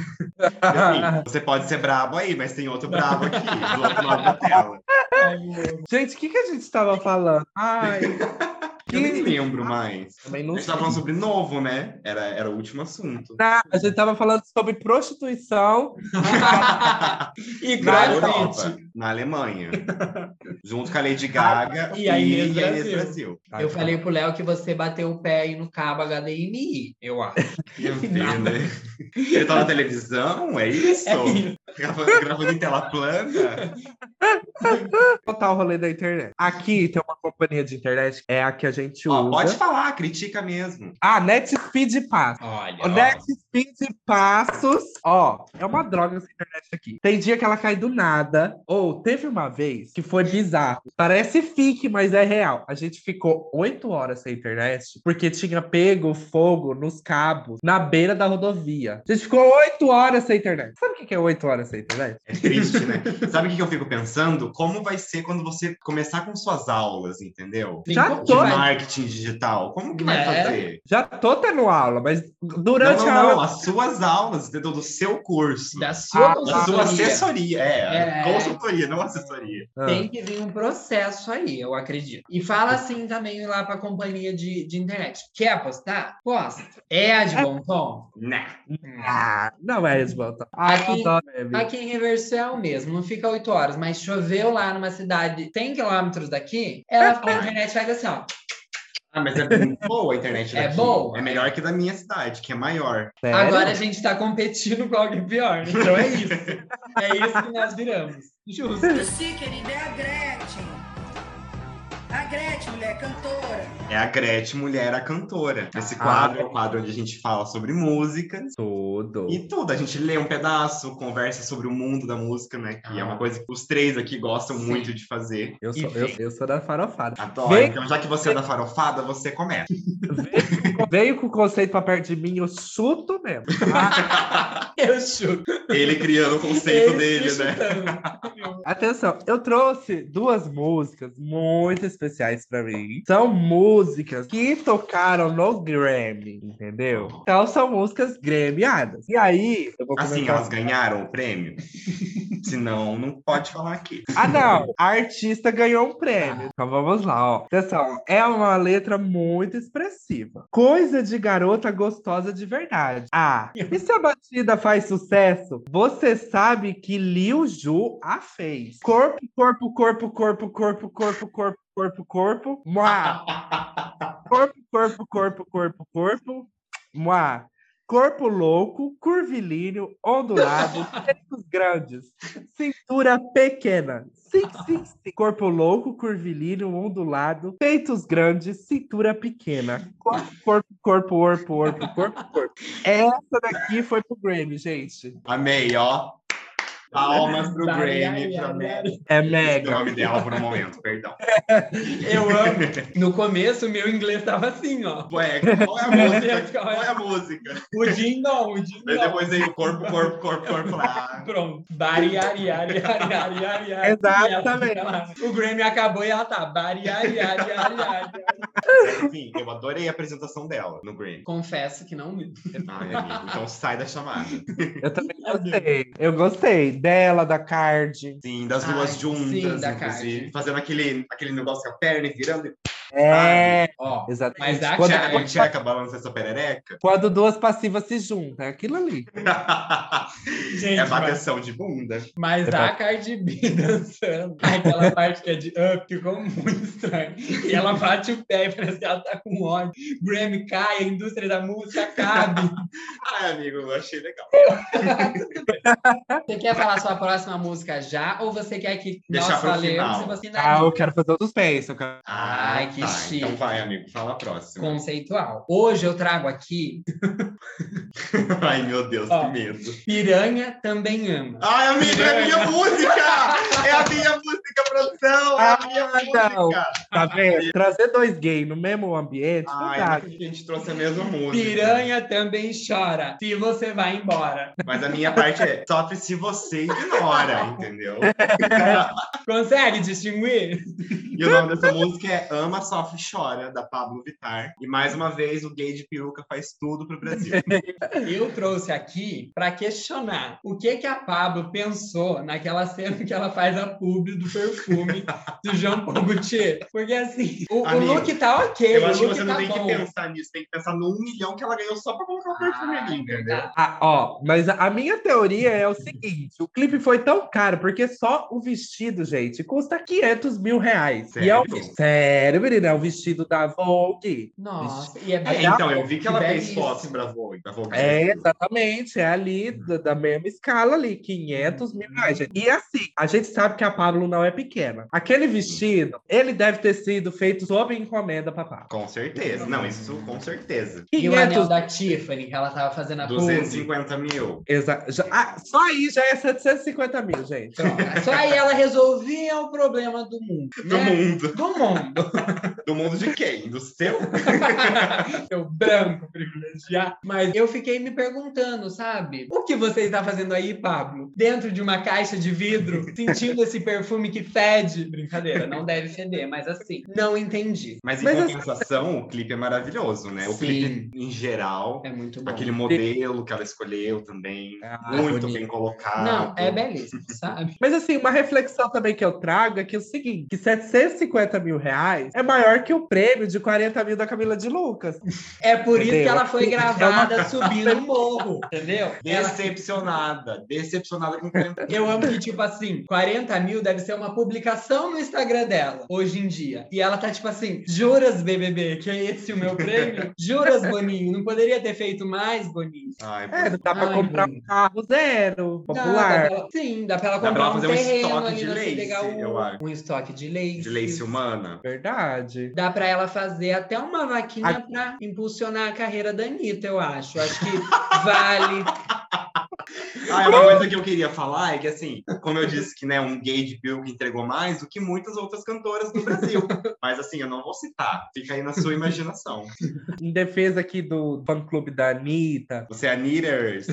[SPEAKER 2] Assim, você pode ser brabo aí, mas tem outro brabo aqui, do outro lado da tela.
[SPEAKER 3] Gente, o que, que a gente estava falando?
[SPEAKER 2] *laughs*
[SPEAKER 3] Ai,
[SPEAKER 2] Eu nem lembro mais.
[SPEAKER 3] também
[SPEAKER 2] A
[SPEAKER 3] não
[SPEAKER 2] gente
[SPEAKER 3] sei.
[SPEAKER 2] tava falando sobre novo, né? Era, era o último assunto.
[SPEAKER 3] Tá, a gente tava falando sobre prostituição.
[SPEAKER 1] *laughs* e
[SPEAKER 2] Na
[SPEAKER 1] grafite.
[SPEAKER 2] Europa, na Alemanha. junto com a Lady Gaga
[SPEAKER 1] E a Inês
[SPEAKER 2] e a Inês
[SPEAKER 1] Brasil.
[SPEAKER 2] Brasil.
[SPEAKER 1] Eu falei pro Léo que você bateu o pé aí no cabo HDMI, eu
[SPEAKER 2] *laughs*
[SPEAKER 1] acho.
[SPEAKER 2] Ia ver, né? Ele tá na televisão, é isso? Gravando, gravando em tela plana?
[SPEAKER 3] botar o rolê da internet. Aqui tem uma companhia de internet, é a que a gente
[SPEAKER 2] Ó,
[SPEAKER 3] usa.
[SPEAKER 2] pode falar, critica mesmo.
[SPEAKER 3] Ah, NetSpeed Pass.
[SPEAKER 1] Olha,
[SPEAKER 3] O NetSpeed Passos, ó, é uma droga essa internet aqui. Tem dia que ela cai do nada, ou teve uma vez que foi bizarro. Parece fique, mas é real. A gente ficou oito horas sem internet porque tinha pego fogo nos cabos na beira da rodovia. A gente ficou oito horas sem internet. Sabe o que que é oito horas sem internet?
[SPEAKER 2] É triste, né? Sabe o que que eu fico pensando? Como vai ser quando você começar com suas aulas, entendeu?
[SPEAKER 1] Sim,
[SPEAKER 3] já
[SPEAKER 1] como
[SPEAKER 2] De
[SPEAKER 3] tô.
[SPEAKER 1] vai-
[SPEAKER 2] marketing digital. Como que vai
[SPEAKER 1] É.
[SPEAKER 2] fazer?
[SPEAKER 3] Já tô tendo aula, mas
[SPEAKER 2] Não,
[SPEAKER 3] durante
[SPEAKER 2] não,
[SPEAKER 3] a aula
[SPEAKER 2] não, as suas aulas, entendeu? Do seu curso. Da,
[SPEAKER 1] da sua
[SPEAKER 3] Ah,
[SPEAKER 1] consultoria.
[SPEAKER 2] sua assessoria. É,
[SPEAKER 1] É.
[SPEAKER 2] consultoria, não assessoria.
[SPEAKER 3] Ah.
[SPEAKER 1] Tem que vir um processo aí, eu acredito. E fala assim também lá pra companhia de, de internet. Quer apostar? Posta. É de bom tom?
[SPEAKER 2] Né?
[SPEAKER 3] Ah, não é esbota.
[SPEAKER 1] Aqui- Aqui em Reversel mesmo, não fica oito horas, mas choveu lá numa cidade 100 quilômetros daqui, ela a internet faz assim, ó.
[SPEAKER 2] Ah, mas é muito boa a internet
[SPEAKER 1] É
[SPEAKER 2] daqui.
[SPEAKER 1] boa.
[SPEAKER 2] É melhor que da minha cidade, que é maior.
[SPEAKER 1] Agora a gente tá competindo com alguém pior, né? então é isso. É isso que nós viramos. Justo.
[SPEAKER 4] Sim, querida, é a Gretchen. A Gretchen, mulher, cantora.
[SPEAKER 2] É a Gretchen Mulher, a cantora. Esse quadro é o quadro onde a gente fala sobre música
[SPEAKER 3] tudo.
[SPEAKER 2] e tudo. A gente lê um pedaço, conversa sobre o mundo da música, né? Que é
[SPEAKER 1] Ah.
[SPEAKER 2] uma coisa que os três aqui gostam
[SPEAKER 1] Sim.
[SPEAKER 2] muito de fazer.
[SPEAKER 3] Eu sou,
[SPEAKER 1] e
[SPEAKER 3] eu,
[SPEAKER 1] vem.
[SPEAKER 3] eu sou da farofada.
[SPEAKER 2] Adoro.
[SPEAKER 3] Vem.
[SPEAKER 2] Então, já que você é da farofada, você começa.
[SPEAKER 3] Veio com o conceito pra perto de mim, eu chuto mesmo. Ah,
[SPEAKER 1] Eu chuto.
[SPEAKER 2] Ele criando o conceito dele,
[SPEAKER 1] Esse
[SPEAKER 2] né?
[SPEAKER 1] chutando.
[SPEAKER 3] atenção, eu trouxe duas músicas muito especiais pra mim. São músicas que tocaram no Grammy, entendeu? Então são músicas gremiadas. E aí, eu vou
[SPEAKER 2] Assim,
[SPEAKER 3] começar-
[SPEAKER 2] elas ganharam o prêmio? Senão, não pode falar aqui.
[SPEAKER 3] Ah, não. A artista ganhou um prêmio. Então vamos lá, ó. Pessoal, é uma letra muito expressiva. Coisa de garota gostosa de verdade. Ah, e se a batida faz sucesso, você sabe que Liu Ju a fez. Corpo, corpo, corpo, corpo, corpo, corpo, corpo, corpo, corpo. Mua. Corpo, corpo, corpo, corpo, corpo. Mua. Corpo louco, curvilíneo, ondulado, *laughs* peitos grandes, cintura pequena. Sim,
[SPEAKER 1] Ah.
[SPEAKER 3] sim, sim. Corpo louco, curvilíneo, ondulado, peitos grandes, cintura pequena. Corpo, corpo, corpo, corpo, corpo, corpo, corpo. Essa daqui foi pro Grammy, gente.
[SPEAKER 2] Amei, ó. Palmas pro
[SPEAKER 1] Ai, ai,
[SPEAKER 2] Grammy, pra
[SPEAKER 1] ai,
[SPEAKER 2] Mary.
[SPEAKER 3] É
[SPEAKER 2] O
[SPEAKER 3] mega.
[SPEAKER 2] nome dela por um momento, perdão.
[SPEAKER 1] Eu amo. No começo, meu inglês tava assim, ó.
[SPEAKER 2] Ué, qual é a música? Qual é a música?
[SPEAKER 1] O Jim não, o Jim
[SPEAKER 2] Mas
[SPEAKER 1] não.
[SPEAKER 2] depois veio o corpo, corpo, corpo, corpo lá.
[SPEAKER 1] Pronto. Bariariariariariari.
[SPEAKER 3] Exatamente.
[SPEAKER 1] O Grammy acabou e ela tá. Bariariariariari.
[SPEAKER 2] Enfim, eu adorei a apresentação dela no Grammy.
[SPEAKER 1] Confesso que não.
[SPEAKER 2] Ai, amigo, então sai da chamada.
[SPEAKER 3] Eu também gostei. Eu gostei dela, da card.
[SPEAKER 2] Sim, das duas
[SPEAKER 1] Ai,
[SPEAKER 2] juntas,
[SPEAKER 1] sim, da
[SPEAKER 2] inclusive.
[SPEAKER 1] Cardi.
[SPEAKER 2] Fazendo aquele, aquele negócio com a perna e virando. e-
[SPEAKER 3] É,
[SPEAKER 1] Ó,
[SPEAKER 3] exatamente.
[SPEAKER 1] Ah, Mas a
[SPEAKER 3] Quando-
[SPEAKER 1] Cardi-
[SPEAKER 2] Tcheca, tcheca, balança essa perereca.
[SPEAKER 3] Quando duas passivas se juntam, é aquilo ali.
[SPEAKER 1] gente,
[SPEAKER 2] é
[SPEAKER 1] mas,
[SPEAKER 2] bateção de bunda.
[SPEAKER 1] mas a
[SPEAKER 2] tá-
[SPEAKER 1] Cardi B *laughs* dançando, aquela parte que é de up, ficou muito estranho. E ela bate o pé e parece que ela tá com ódio. Grammy cai, a indústria da música cabe.
[SPEAKER 2] Ai, amigo, eu achei legal.
[SPEAKER 1] *laughs* Você quer falar sua próxima música já ou você quer que
[SPEAKER 2] Deixar
[SPEAKER 1] nós
[SPEAKER 2] pro
[SPEAKER 1] falemos
[SPEAKER 2] final.
[SPEAKER 1] e você é
[SPEAKER 3] Ah, eu quero fazer o suspense. Eu quero...
[SPEAKER 1] Ai, que chique.
[SPEAKER 2] Então vai, amigo, fala a próxima.
[SPEAKER 1] conceitual? Hoje eu trago aqui
[SPEAKER 2] Ai, meu Deus,
[SPEAKER 1] Ó.
[SPEAKER 2] que medo.
[SPEAKER 1] Piranha também ama.
[SPEAKER 2] Ai, amiga, é
[SPEAKER 3] *laughs*
[SPEAKER 2] a minha música! É a minha música, produção! É a minha
[SPEAKER 3] Ah,
[SPEAKER 2] música!
[SPEAKER 3] não.
[SPEAKER 1] Ah,
[SPEAKER 3] Tá vendo? Trazer dois gays no mesmo ambiente não
[SPEAKER 2] Ai,
[SPEAKER 3] dá.
[SPEAKER 2] nunca que a gente trouxe a mesma música.
[SPEAKER 1] Piranha também chora se você vai embora.
[SPEAKER 2] Mas a minha parte é sofre se você ignora,
[SPEAKER 3] *laughs*
[SPEAKER 2] entendeu?
[SPEAKER 1] Consegue distinguir?
[SPEAKER 2] E o nome dessa música é Ama, Sofre, Chora, da Pablo Vittar. E mais uma vez, o gay de peruca faz tudo
[SPEAKER 3] *laughs*
[SPEAKER 2] pro Brasil.
[SPEAKER 1] Eu trouxe aqui para questionar o que que a Pablo pensou naquela cena que ela faz a pub do perfume do Jean Paul Gaultier. Porque assim, o, o
[SPEAKER 2] Amigo,
[SPEAKER 1] look tá ok,
[SPEAKER 2] Eu
[SPEAKER 1] o
[SPEAKER 2] acho que
[SPEAKER 1] look
[SPEAKER 2] você
[SPEAKER 1] tá
[SPEAKER 2] não tem que
[SPEAKER 1] bom.
[SPEAKER 2] pensar nisso, tem que pensar no um milhão que ela ganhou só pra colocar o perfume ali, entendeu?
[SPEAKER 3] Ah, ó, mas a minha teoria é o seguinte: o clipe foi tão caro, porque só o vestido, gente, custa 500 mil reais. E é o,
[SPEAKER 2] Sério?
[SPEAKER 3] sério, menina, é o vestido da Vogue.
[SPEAKER 1] Nossa, e é
[SPEAKER 2] É,
[SPEAKER 1] bem
[SPEAKER 2] então, eu vi que ela fez
[SPEAKER 1] belíssimo.
[SPEAKER 2] fotos pra Vogue. Pra Vogue
[SPEAKER 3] É, exatamente, é ali da, da mesma escala ali, 500 mil reais. gente. E assim, a gente sabe que a Pablo não é pequena. Aquele vestido, ele deve ter sido feito sob encomenda, papá.
[SPEAKER 2] Com certeza. Não, isso com certeza.
[SPEAKER 1] E o anel
[SPEAKER 3] 500
[SPEAKER 1] da Tiffany que ela tava fazendo a pub.
[SPEAKER 2] 250 mil.
[SPEAKER 3] Exa já- ah, só aí já é 750 mil, gente.
[SPEAKER 1] Então, Só aí ela resolvia o problema do mundo.
[SPEAKER 2] Do
[SPEAKER 1] né?
[SPEAKER 2] mundo.
[SPEAKER 1] Do mundo.
[SPEAKER 2] Do mundo de quem? Do seu?
[SPEAKER 1] *laughs* Eu branco privilegiado. Mas eu fiquei me perguntando, sabe? O que você está fazendo aí, Pablo? Dentro de uma caixa de vidro, sentindo esse perfume que fede. Brincadeira, não deve feder, mas assim, não entendi.
[SPEAKER 2] Mas em
[SPEAKER 3] Mas assim-
[SPEAKER 2] compensação, o clipe é maravilhoso, né? O
[SPEAKER 1] Sim.
[SPEAKER 2] clipe, em geral,
[SPEAKER 1] É muito bom.
[SPEAKER 2] aquele modelo que ela escolheu também,
[SPEAKER 3] Ah,
[SPEAKER 2] muito
[SPEAKER 3] bonito.
[SPEAKER 2] bem colocado.
[SPEAKER 1] Não, é belíssimo, sabe?
[SPEAKER 3] Mas assim, uma reflexão também que eu trago é que é o seguinte, que 750 mil reais é maior que o prêmio de 40 mil da Camila de Lucas.
[SPEAKER 1] É por isso que
[SPEAKER 3] Entendeu?
[SPEAKER 1] ela foi gravada subindo um morro, entendeu? Ela-
[SPEAKER 2] Decepcionada, decepcionada com 40
[SPEAKER 1] Eu amo que, tipo assim, 40 mil deve ser uma publicação no Instagram dela, hoje em dia. E ela tá tipo assim, juras, BBB, que é esse o
[SPEAKER 2] *laughs*
[SPEAKER 1] meu prêmio? Juras, Boninho, não poderia ter feito mais, Boninho?
[SPEAKER 2] Ai,
[SPEAKER 3] É,
[SPEAKER 2] pô,
[SPEAKER 3] dá pra
[SPEAKER 1] Ai,
[SPEAKER 3] comprar um carro zero,
[SPEAKER 1] Dá, dá
[SPEAKER 3] popular.
[SPEAKER 1] pra ela- sim, dá pra ela
[SPEAKER 2] Dá pra
[SPEAKER 1] comprar
[SPEAKER 2] ela
[SPEAKER 1] um
[SPEAKER 2] fazer um
[SPEAKER 1] terreno
[SPEAKER 2] estoque
[SPEAKER 1] ali
[SPEAKER 2] de
[SPEAKER 1] na
[SPEAKER 2] lace,
[SPEAKER 1] Cidegaú,
[SPEAKER 2] eu acho.
[SPEAKER 1] Um estoque de leite.
[SPEAKER 2] de lace humana.
[SPEAKER 3] é Verdade.
[SPEAKER 1] Dá pra ela fazer até uma vaquinha
[SPEAKER 3] A-
[SPEAKER 1] pra impulsionar a carreira da Anitta, eu acho. Eu Acho
[SPEAKER 2] *laughs*
[SPEAKER 1] que vale. *laughs*
[SPEAKER 2] Ah, uma coisa que eu queria falar é que, assim, como eu disse que né, um gay de peruca entregou mais do que muitas outras cantoras do
[SPEAKER 1] *laughs*
[SPEAKER 2] Brasil. Mas, assim, eu não vou citar. Fica aí na sua imaginação.
[SPEAKER 3] Em defesa aqui do fã-clube da Anitta,
[SPEAKER 2] Você é a Knitters.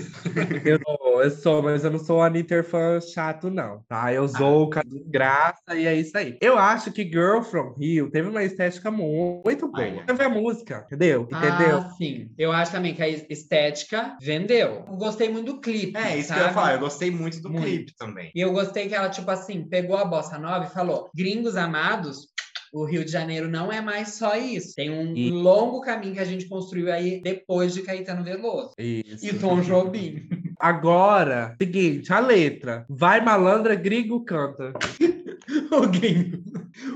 [SPEAKER 3] eu, eu sou, mas eu não sou um Anitta fã chato, não, tá?
[SPEAKER 1] Ah.
[SPEAKER 3] Eu sou com a desgraça e é isso aí. Eu acho que Girl From Rio teve uma estética muito boa.
[SPEAKER 2] Ai, ai.
[SPEAKER 3] Teve a música, entendeu? Entendeu?
[SPEAKER 1] Ah, sim. Eu acho também que a estética vendeu. Eu gostei muito do clipe.
[SPEAKER 2] É, isso
[SPEAKER 1] sabe?
[SPEAKER 2] que eu ia falar. Eu gostei muito do
[SPEAKER 1] Muito.
[SPEAKER 2] clipe também.
[SPEAKER 1] E eu gostei que ela, tipo assim, pegou a bossa nova e falou: gringos amados. O Rio de Janeiro não é mais só isso. Tem um
[SPEAKER 3] E-
[SPEAKER 1] longo caminho que a gente construiu aí depois de Caetano Veloso.
[SPEAKER 3] Isso.
[SPEAKER 1] E Tom Jobim. *laughs*
[SPEAKER 3] Agora, seguinte, a letra. Vai malandra, gringo canta.
[SPEAKER 1] o gringo.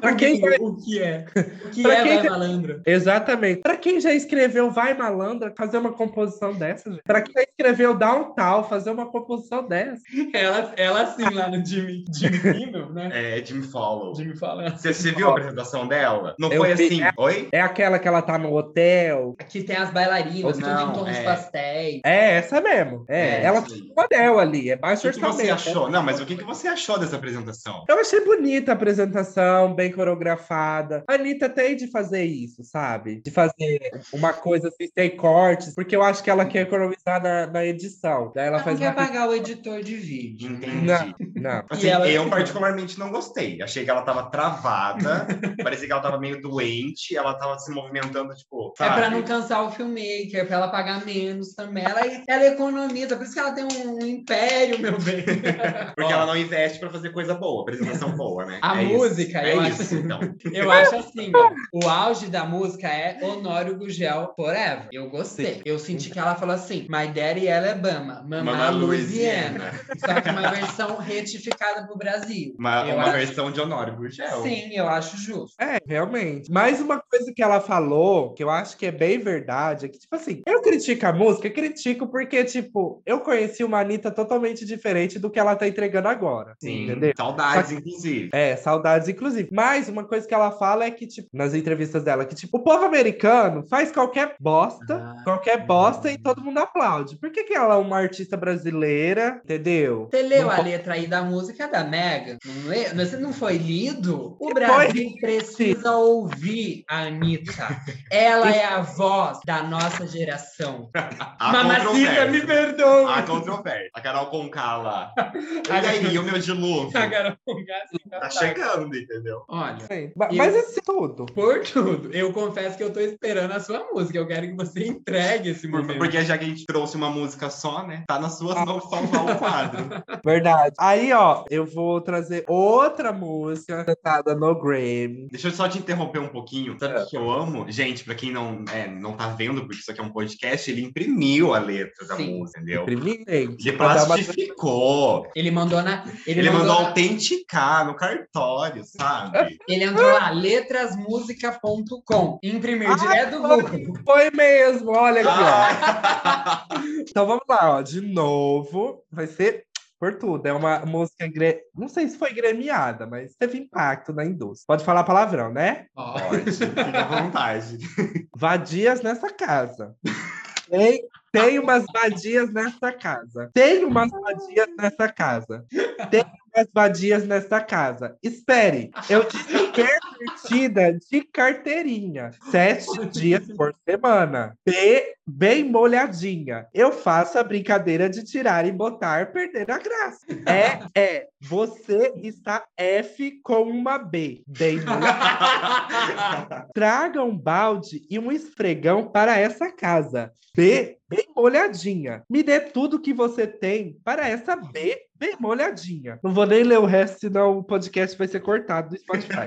[SPEAKER 3] Pra
[SPEAKER 1] O
[SPEAKER 3] quem
[SPEAKER 1] gringo, O que é? O que
[SPEAKER 3] Pra
[SPEAKER 1] é,
[SPEAKER 3] quem
[SPEAKER 1] vai
[SPEAKER 3] já-
[SPEAKER 1] malandro?
[SPEAKER 3] Exatamente. Pra quem já escreveu Vai Malandra, fazer uma composição dessa, gente. Pra quem já escreveu Downtown, fazer uma composição dessa.
[SPEAKER 1] *laughs* Ela, ela assim, lá no Jimmy, Jimmy Kimmel, né?
[SPEAKER 2] É, Jimmy Follow.
[SPEAKER 1] Jimmy falando.
[SPEAKER 2] Você, você viu a apresentação dela? Não
[SPEAKER 3] Eu
[SPEAKER 2] foi
[SPEAKER 3] vi-
[SPEAKER 2] assim, oi?
[SPEAKER 3] É aquela que ela tá no hotel.
[SPEAKER 1] Aqui tem as bailarinas,
[SPEAKER 2] Ou
[SPEAKER 1] tudo em
[SPEAKER 2] não,
[SPEAKER 1] tons
[SPEAKER 2] é.
[SPEAKER 1] pastéis.
[SPEAKER 3] É essa mesmo. É,
[SPEAKER 2] É,
[SPEAKER 3] ela
[SPEAKER 2] sim.
[SPEAKER 3] tem um anel ali, é
[SPEAKER 2] O
[SPEAKER 3] baixo
[SPEAKER 2] que, que
[SPEAKER 3] orçamento.
[SPEAKER 1] né?
[SPEAKER 2] você achou? Não, mas o que, que você achou dessa apresentação?
[SPEAKER 3] Eu achei bonita a apresentação, bem coreografada. A Anitta tem de fazer isso, sabe? De fazer uma coisa assim, sem cortes, porque eu acho que ela quer economizar na, na edição. Daí
[SPEAKER 1] Ela
[SPEAKER 3] ela
[SPEAKER 1] não
[SPEAKER 3] faz
[SPEAKER 1] quer
[SPEAKER 3] uma...
[SPEAKER 1] pagar o editor de vídeo. né?
[SPEAKER 2] Entendi.
[SPEAKER 3] Não. Não.
[SPEAKER 2] Assim,
[SPEAKER 1] E Ah, ela-
[SPEAKER 2] eu particularmente não gostei. Achei que ela tava
[SPEAKER 1] *laughs*
[SPEAKER 2] travada, parecia que ela tava meio doente, ela tava se movimentando, tipo,
[SPEAKER 1] É
[SPEAKER 2] sabe?
[SPEAKER 1] pra não cansar o filmmaker, é pra ela pagar menos também. Ela, ela economiza, por isso que ela tem um, império, meu bem.
[SPEAKER 2] Porque ela não investe pra fazer coisa boa, apresentação boa, né?
[SPEAKER 1] A
[SPEAKER 2] isso.
[SPEAKER 1] música,
[SPEAKER 2] é
[SPEAKER 1] eu
[SPEAKER 2] isso,
[SPEAKER 1] acho-
[SPEAKER 2] então.
[SPEAKER 1] Eu acho assim, ó, o auge da música é Honório Gugel Forever. Eu gostei. Eu senti que ela falou assim, My Daddy Alabama, Mama
[SPEAKER 2] Mama
[SPEAKER 1] Louisiana.
[SPEAKER 2] Louisiana.
[SPEAKER 1] Só que uma versão retificada pro Brasil.
[SPEAKER 2] Uma,
[SPEAKER 1] Eu
[SPEAKER 2] uma
[SPEAKER 1] acho-
[SPEAKER 2] versão de Honório Gurgel.
[SPEAKER 1] Sim, eu acho justo.
[SPEAKER 3] É, realmente. Mas uma coisa que ela falou, que eu acho que é bem verdade, é que, tipo assim, eu critico a música, critico porque, tipo, eu conheci uma Anitta totalmente diferente do que ela tá entregando agora.
[SPEAKER 2] Sim,
[SPEAKER 3] Entendeu?
[SPEAKER 2] saudades, inclusive.
[SPEAKER 3] É, saudades, inclusive. Mas uma coisa que ela fala é que, tipo, nas entrevistas dela, que, tipo, o povo americano faz qualquer bosta,
[SPEAKER 2] Ah.
[SPEAKER 3] qualquer bosta e todo mundo aplaude. Por que, que ela é uma artista brasileira? Entendeu?
[SPEAKER 1] Você leu
[SPEAKER 3] Não
[SPEAKER 1] a
[SPEAKER 3] po-
[SPEAKER 1] letra aí da música da Mega? Não leu? Mas Você não foi lido? O
[SPEAKER 3] Foi.
[SPEAKER 1] Brasil precisa ouvir a Anitta. Ela é a voz da nossa geração.
[SPEAKER 2] A
[SPEAKER 1] Mamacita, me
[SPEAKER 2] controvérsia.
[SPEAKER 1] perdoa.
[SPEAKER 2] A controvérsia. A Carol Conká
[SPEAKER 1] *laughs*
[SPEAKER 2] lá. E aí, o meu dilúvio?
[SPEAKER 1] A garota gasta em
[SPEAKER 2] Tá
[SPEAKER 1] catar.
[SPEAKER 2] chegando, entendeu?
[SPEAKER 1] Olha,
[SPEAKER 3] Sim. Ma-
[SPEAKER 1] E-
[SPEAKER 3] Mas isso é tudo.
[SPEAKER 1] por tudo, eu confesso que eu tô esperando a sua música. Eu quero que você entregue esse
[SPEAKER 2] Por-
[SPEAKER 1] momento.
[SPEAKER 2] Porque já que a gente trouxe uma música só, né? Tá nas suas mãos salvar o
[SPEAKER 1] *laughs*
[SPEAKER 2] quadro.
[SPEAKER 3] Verdade. Aí, ó, eu vou trazer outra música cantada no Grammy.
[SPEAKER 2] Deixa eu só te interromper um pouquinho.
[SPEAKER 1] É.
[SPEAKER 2] Sabe o que eu amo? Gente, pra quem não, é, não tá vendo, porque isso aqui é um podcast, ele imprimiu a letra da
[SPEAKER 1] Sim.
[SPEAKER 2] música, entendeu?
[SPEAKER 3] Privilégio.
[SPEAKER 2] Ele
[SPEAKER 3] Pra dar uma-
[SPEAKER 2] plastificou.
[SPEAKER 1] Ele mandou na. Ele,
[SPEAKER 2] Ele, mandou um
[SPEAKER 1] mandou na-
[SPEAKER 2] autenticar no cartório,
[SPEAKER 1] *laughs*
[SPEAKER 2] sabe?
[SPEAKER 1] ele entrou lá, letrasmusica.com. Imprimir direto do Google.
[SPEAKER 3] *laughs* Foi mesmo, olha aqui, ó.
[SPEAKER 2] Ah,
[SPEAKER 3] Então vamos lá, ó, de novo, vai ser por tudo. É uma música, gre- não sei se foi gremiada, mas teve impacto na indústria. Pode falar palavrão, né?
[SPEAKER 1] Ó,
[SPEAKER 2] Pode, fica à vontade.
[SPEAKER 3] Vadias nessa casa. Tem, tem umas vadias nessa casa. Tem umas vadias nessa casa. Tem umas vadias nessa casa. Espere, eu disse permitida de carteirinha. Sete dias por semana. Be- bem molhadinha. Eu faço a brincadeira de tirar e botar, perder a graça. É, é. Você está F com uma B. Bem molhadinha. Traga um balde e um esfregão para essa casa. B, bem molhadinha. Me dê tudo que você tem para essa B, bem molhadinha. Não vou nem ler o resto, senão o podcast vai ser cortado do Spotify.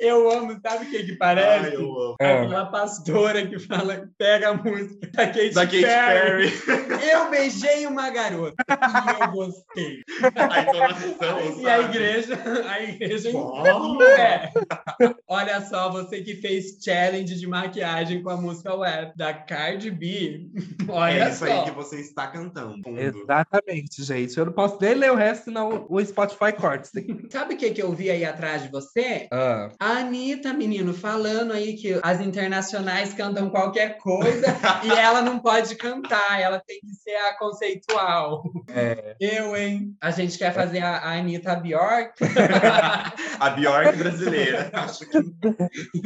[SPEAKER 1] eu amo, sabe o que que
[SPEAKER 2] Ai,
[SPEAKER 1] parece?
[SPEAKER 2] eu amo.
[SPEAKER 3] É.
[SPEAKER 1] Aquela pastora que fala, pega a música da Katy,
[SPEAKER 2] Da Katy
[SPEAKER 1] Perry.
[SPEAKER 2] Perry.
[SPEAKER 1] Eu beijei uma garota e eu
[SPEAKER 2] *laughs*
[SPEAKER 1] gostei.
[SPEAKER 2] A entonação,
[SPEAKER 1] E a
[SPEAKER 2] sabe?
[SPEAKER 1] igreja, a igreja
[SPEAKER 2] Bom.
[SPEAKER 1] É. Olha só, você que fez challenge de maquiagem com a música web da Cardi B. *laughs* Olha
[SPEAKER 2] É
[SPEAKER 1] só.
[SPEAKER 2] isso aí que você está cantando.
[SPEAKER 3] Exatamente, gente. Eu não posso nem ler o resto, senão o Spotify corta isso aqui.
[SPEAKER 1] Sabe o que, que eu vi aí atrás de você?
[SPEAKER 3] Ah.
[SPEAKER 1] A Anitta, menino, falando aí que as internacionais cantam qualquer
[SPEAKER 2] *laughs*
[SPEAKER 1] coisa e ela não pode cantar, ela tem que ser a conceitual.
[SPEAKER 3] É.
[SPEAKER 1] Eu, hein? A gente quer fazer a, a Anitta Bjork. *laughs*
[SPEAKER 2] A Bjork brasileira. *laughs* Acho que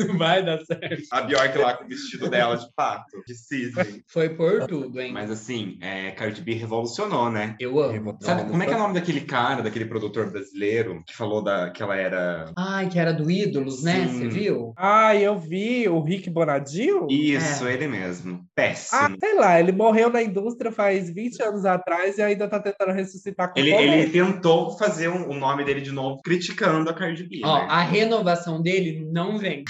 [SPEAKER 1] Não vai dar certo.
[SPEAKER 2] a Bjork lá com o vestido dela de pato, de cisne.
[SPEAKER 1] Foi por tudo, hein?
[SPEAKER 2] Mas assim, é, Cardi B revolucionou, né?
[SPEAKER 1] Eu amo.
[SPEAKER 3] Eu vou-
[SPEAKER 2] Sabe,
[SPEAKER 3] Não,
[SPEAKER 2] como é que é o
[SPEAKER 3] não
[SPEAKER 2] nome daquele cara, daquele produtor brasileiro que falou da, que ela era.
[SPEAKER 1] Ai, que era do Ídolos, né?
[SPEAKER 2] Sim.
[SPEAKER 1] Você viu?
[SPEAKER 3] Ah, eu vi o Rick Bonadio?
[SPEAKER 2] Isso, ele mesmo. Péssimo.
[SPEAKER 3] Ah, sei lá, ele morreu na indústria faz 20 anos atrás e ainda tá tentando ressuscitar com
[SPEAKER 2] Ele,
[SPEAKER 3] fome.
[SPEAKER 2] ele tentou fazer um- o nome dele de novo, criticando a Cardi B.
[SPEAKER 1] Ó,
[SPEAKER 2] né?
[SPEAKER 1] a renovação dele não
[SPEAKER 2] *laughs*
[SPEAKER 1] vem.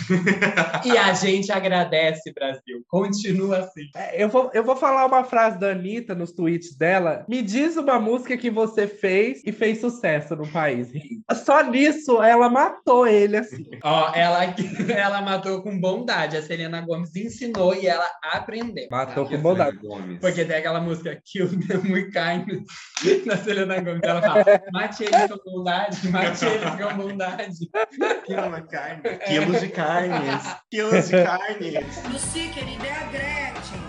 [SPEAKER 1] e a gente agradece, Brasil. Continua assim.
[SPEAKER 3] É, Eu vou, eu vou falar uma frase da Anitta nos tweets dela. Me diz uma música que você fez e fez sucesso no país. Só nisso ela matou ele, assim.
[SPEAKER 1] Ó, ela, *laughs* ela matou com bondade. A Selena Gomes ensinou e ela aprendeu.
[SPEAKER 3] Matou
[SPEAKER 1] sabe?
[SPEAKER 3] com bondade.
[SPEAKER 2] Gomes.
[SPEAKER 1] Porque tem aquela música Kill Them We *laughs* Kind da Selena Gomes. Ela fala, mate eles com bondade, mate eles com bondade.
[SPEAKER 2] Quilos de carne. Quilos de carnes. Quilos de carnes.
[SPEAKER 4] Lucy, querida, é a Gretchen.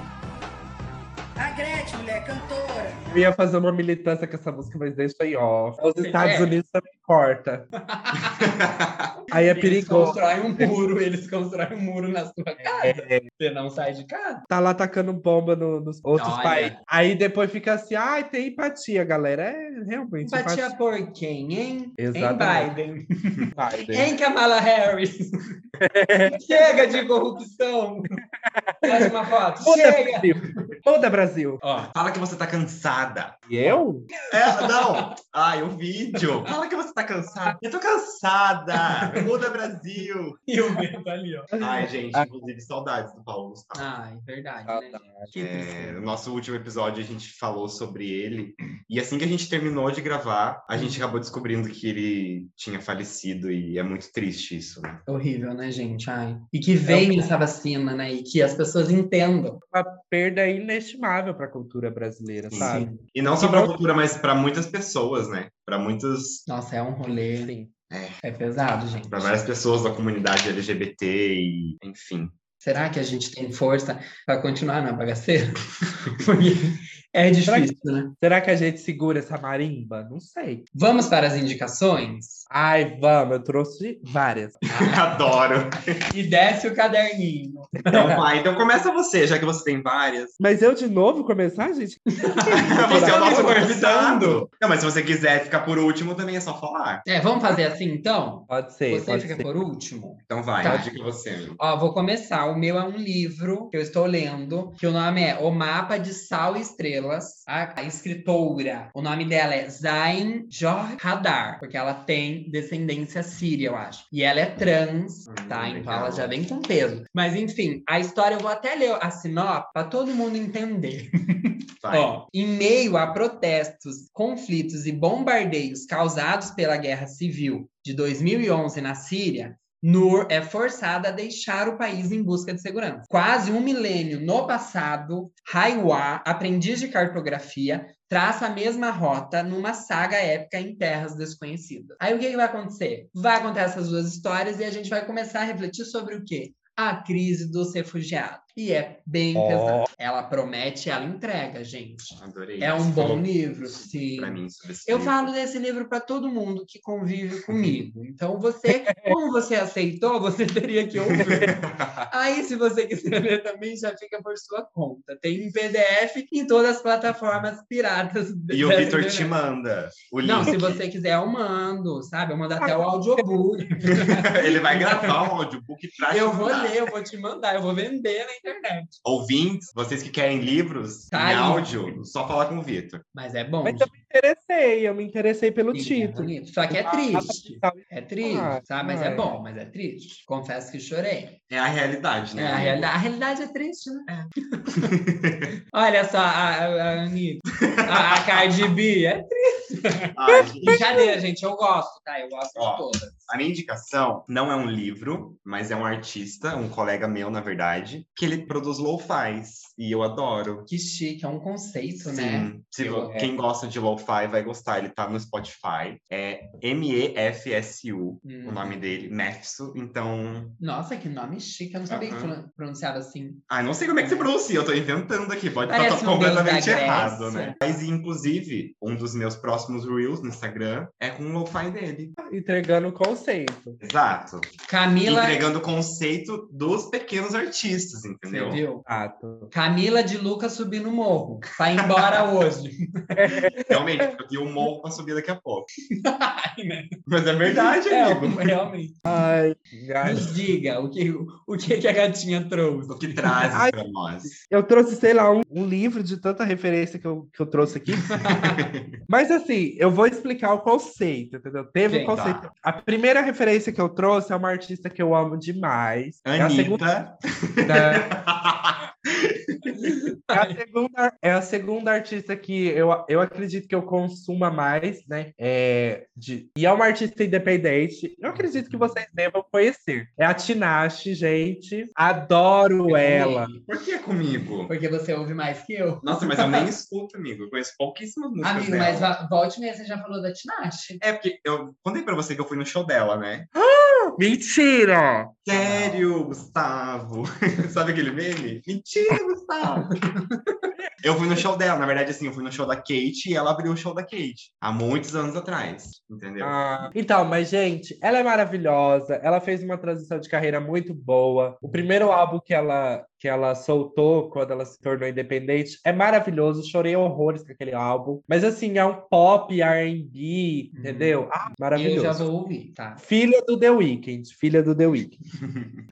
[SPEAKER 4] A Gretchen, mulher, cantora.
[SPEAKER 3] Eu ia fazer uma militância com essa música, mas deixa aí, ó. Os Estados
[SPEAKER 1] É.
[SPEAKER 3] Unidos também corta. Aí é
[SPEAKER 1] Eles
[SPEAKER 3] perigoso. É.
[SPEAKER 1] constroem um muro, eles constroem um muro na sua casa. Você não sai de casa.
[SPEAKER 3] Tá lá tacando bomba no- nos outros
[SPEAKER 1] Olha.
[SPEAKER 3] países. Aí depois fica assim, ai, tem empatia, galera. É realmente empatia.
[SPEAKER 1] Empatia por quem, hein?
[SPEAKER 3] Exatamente.
[SPEAKER 1] Em Biden.
[SPEAKER 3] Biden.
[SPEAKER 1] Em Kamala
[SPEAKER 3] *laughs*
[SPEAKER 1] Harris. Chega de corrupção. Faz uma foto.
[SPEAKER 3] Muda,
[SPEAKER 1] Chega.
[SPEAKER 3] Brasil. Muda, Brasil.
[SPEAKER 1] Ó,
[SPEAKER 2] Fala que você tá cansada.
[SPEAKER 3] E eu?
[SPEAKER 2] É, não. Ai, o vídeo. Fala que você tá cansada. Eu tô cansada. Muda Brasil.
[SPEAKER 1] E o meu tá ali, ó.
[SPEAKER 2] Ai, gente, inclusive, saudades do Paulo Gustavo.
[SPEAKER 1] Ai, verdade, né,
[SPEAKER 3] Saudade.
[SPEAKER 1] gente? Que
[SPEAKER 2] É,
[SPEAKER 1] tristeza.
[SPEAKER 2] no nosso último episódio a gente falou sobre ele e assim que a gente terminou de gravar, a gente acabou descobrindo que ele tinha falecido e é muito triste isso, né?
[SPEAKER 1] Horrível, né, gente? Ai. E
[SPEAKER 3] É
[SPEAKER 1] que venha essa vacina, né? E que as pessoas entendam.
[SPEAKER 3] Uma perda inestimável pra cultura brasileira,
[SPEAKER 2] Sim.
[SPEAKER 3] sabe?
[SPEAKER 2] E não só para cultura, mas para muitas pessoas, né? Para muitas,
[SPEAKER 1] Nossa, é um rolê.
[SPEAKER 3] Sim.
[SPEAKER 1] É pesado, gente.
[SPEAKER 2] para várias pessoas da comunidade LGBT e, enfim. *laughs*
[SPEAKER 1] Será que a gente tem força para continuar na bagaceira? *laughs* Porque é difícil, né?
[SPEAKER 3] Será que a gente segura essa marimba? Não sei.
[SPEAKER 1] Vamos para as indicações?
[SPEAKER 3] Ai, vamos, eu trouxe várias.
[SPEAKER 2] Adoro.
[SPEAKER 1] E desce o caderninho.
[SPEAKER 2] Então vai, então começa você, já que você tem várias.
[SPEAKER 3] Mas eu de novo começar, gente?
[SPEAKER 2] Você é o nosso
[SPEAKER 1] Conversando.
[SPEAKER 2] convidado. Não, mas se você quiser ficar por último também é só falar.
[SPEAKER 1] É, vamos fazer assim então?
[SPEAKER 3] *laughs* Pode ser,
[SPEAKER 1] Você
[SPEAKER 3] pode
[SPEAKER 1] fica
[SPEAKER 3] ser.
[SPEAKER 1] por último?
[SPEAKER 2] Então vai,
[SPEAKER 1] Tá.
[SPEAKER 2] a dica é você, amigo.
[SPEAKER 1] Ó, vou começar. O meu é um livro que eu estou lendo, que o nome é O Mapa de Sal e Estrelas. A, a escritora, o nome dela é Zain Jorhadar, porque ela tem descendência síria, eu acho. E ela é trans,
[SPEAKER 2] Hum,
[SPEAKER 1] tá? Então
[SPEAKER 2] legal.
[SPEAKER 1] ela já vem com peso. Mas enfim, a história eu vou até ler a sinopse para todo mundo entender.
[SPEAKER 2] Vai.
[SPEAKER 1] Ó, em meio a protestos, conflitos e bombardeios causados pela guerra civil de 2011 na Síria, Nur é forçada a deixar o país em busca de segurança. Quase um milênio no passado, Haiwa, aprendiz de cartografia, traça a mesma rota numa saga épica em terras desconhecidas. Aí o que, que vai acontecer? Vai acontecer essas duas histórias e a gente vai começar a refletir sobre o quê? A crise dos refugiados. E é bem
[SPEAKER 3] Ó.
[SPEAKER 1] pesado. Ela promete, ela entrega, gente.
[SPEAKER 2] Adorei.
[SPEAKER 1] É um
[SPEAKER 2] Você
[SPEAKER 1] bom
[SPEAKER 2] falou
[SPEAKER 1] livro, sim.
[SPEAKER 2] pra mim sobre esse
[SPEAKER 1] Eu
[SPEAKER 2] livro.
[SPEAKER 1] falo desse livro para todo mundo que convive comigo. Então,
[SPEAKER 2] *laughs*
[SPEAKER 1] você, como você aceitou, você teria que ouvir. Aí, se você quiser ler também, já fica por sua conta. Tem um em PDF em todas as plataformas piratas.
[SPEAKER 2] E o
[SPEAKER 1] da
[SPEAKER 2] Vitor te
[SPEAKER 1] internet.
[SPEAKER 2] manda o link.
[SPEAKER 1] Não, se você quiser, eu mando, sabe? Eu mando até o audiobook.
[SPEAKER 2] *laughs*
[SPEAKER 1] *laughs*
[SPEAKER 2] Ele vai gravar um audiobook pra
[SPEAKER 1] Eu
[SPEAKER 2] te
[SPEAKER 1] vou
[SPEAKER 2] mandar.
[SPEAKER 1] ler, eu vou te mandar, eu vou vender né? na internet.
[SPEAKER 2] Ouvintes, vocês que querem livros
[SPEAKER 1] Tá aí.
[SPEAKER 2] em áudio, só falar com o Vitor.
[SPEAKER 1] Mas é bom.
[SPEAKER 3] Mas eu
[SPEAKER 1] gente.
[SPEAKER 3] me interessei, eu me interessei pelo
[SPEAKER 1] Sim, é
[SPEAKER 3] título.
[SPEAKER 1] bonito. Só que é
[SPEAKER 2] Ah,
[SPEAKER 1] triste. É triste,
[SPEAKER 3] Ah,
[SPEAKER 1] sabe? Mas é
[SPEAKER 3] ai.
[SPEAKER 1] bom, mas é triste. Confesso que chorei.
[SPEAKER 2] É a realidade, né?
[SPEAKER 1] É, a, realida- a realidade é triste, né?
[SPEAKER 2] É.
[SPEAKER 1] *laughs* Olha só, a, a, a Anitta, a, a Cardi B. É triste.
[SPEAKER 2] Ai, gente,
[SPEAKER 1] Brincadeira, gente, eu gosto, tá? Eu gosto
[SPEAKER 2] Ó.
[SPEAKER 1] de todas.
[SPEAKER 2] a minha indicação não é um livro, mas é um artista, um colega meu, na verdade, que ele produz lo-fi's. E eu adoro.
[SPEAKER 1] Que chique, é um conceito, né?
[SPEAKER 2] Sim. Se
[SPEAKER 1] Eu-
[SPEAKER 2] vo- Quem gosta de lo-fi vai gostar. Ele tá no Spotify. É M-E-F-S-U.
[SPEAKER 1] Hum.
[SPEAKER 2] O nome dele, Mefsu. Então,
[SPEAKER 1] Nossa, que nome chique. Eu não sabia que
[SPEAKER 2] Aham.
[SPEAKER 1] fran- pronunciava assim.
[SPEAKER 2] Ah, não sei como é que você pronuncia, eu tô inventando aqui, pode estar
[SPEAKER 1] Parece um deus da
[SPEAKER 2] completamente
[SPEAKER 1] Grécia.
[SPEAKER 2] errado, né? Mas, inclusive, um dos meus próximos Reels no Instagram é com o lo-fi dele.
[SPEAKER 3] Entregando o conceito.
[SPEAKER 2] Exato.
[SPEAKER 1] Camila.
[SPEAKER 2] Entregando o conceito dos pequenos artistas,
[SPEAKER 1] Você
[SPEAKER 2] entendeu?
[SPEAKER 1] viu?
[SPEAKER 3] Exato.
[SPEAKER 1] Camila de Lucas subindo o morro. Vai embora hoje.
[SPEAKER 2] Realmente, porque eu tenho um morro pra subir daqui a pouco.
[SPEAKER 1] *laughs* Ai, né?
[SPEAKER 2] Mas é *laughs* verdade,
[SPEAKER 1] É,
[SPEAKER 2] amigo.
[SPEAKER 1] realmente.
[SPEAKER 3] Ai, ai.
[SPEAKER 1] Nos diga o que, o que, que a gatinha trouxe.
[SPEAKER 2] O que traz
[SPEAKER 3] Ai.
[SPEAKER 2] pra nós.
[SPEAKER 3] Eu trouxe, sei lá, um, um livro de tanta referência que eu, que eu trouxe aqui. Mas assim, eu vou explicar o conceito, entendeu? Teve
[SPEAKER 1] Sim,
[SPEAKER 3] um conceito. A primeira referência que eu trouxe é uma artista que eu amo demais. É a segunda.
[SPEAKER 2] Anitta.
[SPEAKER 3] É a segunda, é a segunda artista que eu, eu acredito que eu consuma mais, né? É, de- e é uma artista independente. Eu acredito que vocês devam conhecer. É a Tinashe, gente. Adoro ela.
[SPEAKER 2] Por que comigo?
[SPEAKER 1] Porque você ouve mais que eu.
[SPEAKER 2] Nossa, mas eu nem escuto, amigo. Eu conheço pouquíssimas músicas
[SPEAKER 1] Amigo,
[SPEAKER 2] dela.
[SPEAKER 1] mas va- volte mesmo, você já falou da Tinashe.
[SPEAKER 2] É porque eu contei pra você que eu fui no show dela, né?
[SPEAKER 3] Mentira!
[SPEAKER 2] Sério, Gustavo? *laughs* Sabe aquele meme? Mentira, Gustavo! eu fui no show dela, na verdade, assim, eu fui no show da Kate e ela abriu o show da Kate há muitos anos atrás, entendeu?
[SPEAKER 3] Ah, então, mas gente, ela é maravilhosa. Ela fez uma transição de carreira muito boa. O primeiro álbum que ela que ela soltou quando ela se tornou independente. É maravilhoso, chorei horrores com aquele álbum. Mas assim, é um pop R&B,
[SPEAKER 1] Uhum.
[SPEAKER 3] entendeu? Ah,
[SPEAKER 1] Eu
[SPEAKER 3] maravilhoso.
[SPEAKER 1] já vou ouvir, tá?
[SPEAKER 3] Filha do The Weeknd, filha do The Weeknd.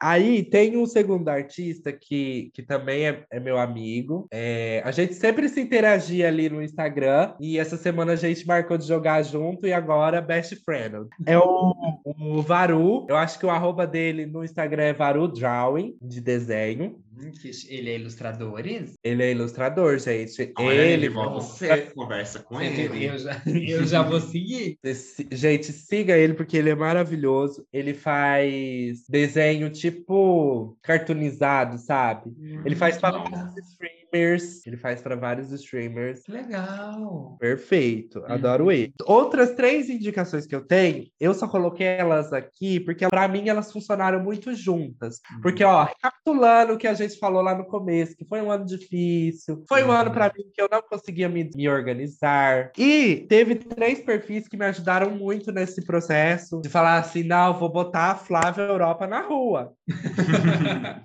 [SPEAKER 3] Aí tem um segundo artista que, que também é, é meu amigo. É, a gente sempre se interagia ali no Instagram e essa semana a gente marcou de jogar junto e agora best friend. É o, o Varu. Eu acho que o arroba dele no Instagram é Varu Drawing, de desenho.
[SPEAKER 1] Hum, que ch- Ele é ilustradores?
[SPEAKER 3] Ele é ilustrador, gente.
[SPEAKER 2] Olha, ele,
[SPEAKER 3] ele,
[SPEAKER 2] igual você, conversa com ele.
[SPEAKER 1] Eu já, eu já vou seguir.
[SPEAKER 3] Esse- Gente, siga ele porque ele é maravilhoso. Ele faz desenho tipo cartoonizado, sabe? Ele faz pra
[SPEAKER 2] Não.
[SPEAKER 3] vários streamers. Ele faz pra vários streamers.
[SPEAKER 1] *laughs* Que legal.
[SPEAKER 3] Perfeito, adoro ele. Outras três indicações que eu tenho, eu só coloquei elas aqui porque pra mim elas funcionaram muito juntas. Porque ó, recapitulando o que a gente falou lá no começo, que foi um ano difícil, foi um
[SPEAKER 1] Uhum.
[SPEAKER 3] ano pra mim que eu não conseguia me, me organizar. E teve três perfis que me ajudaram muito nesse processo de falar assim, não, vou botar a Flávia Europa na rua.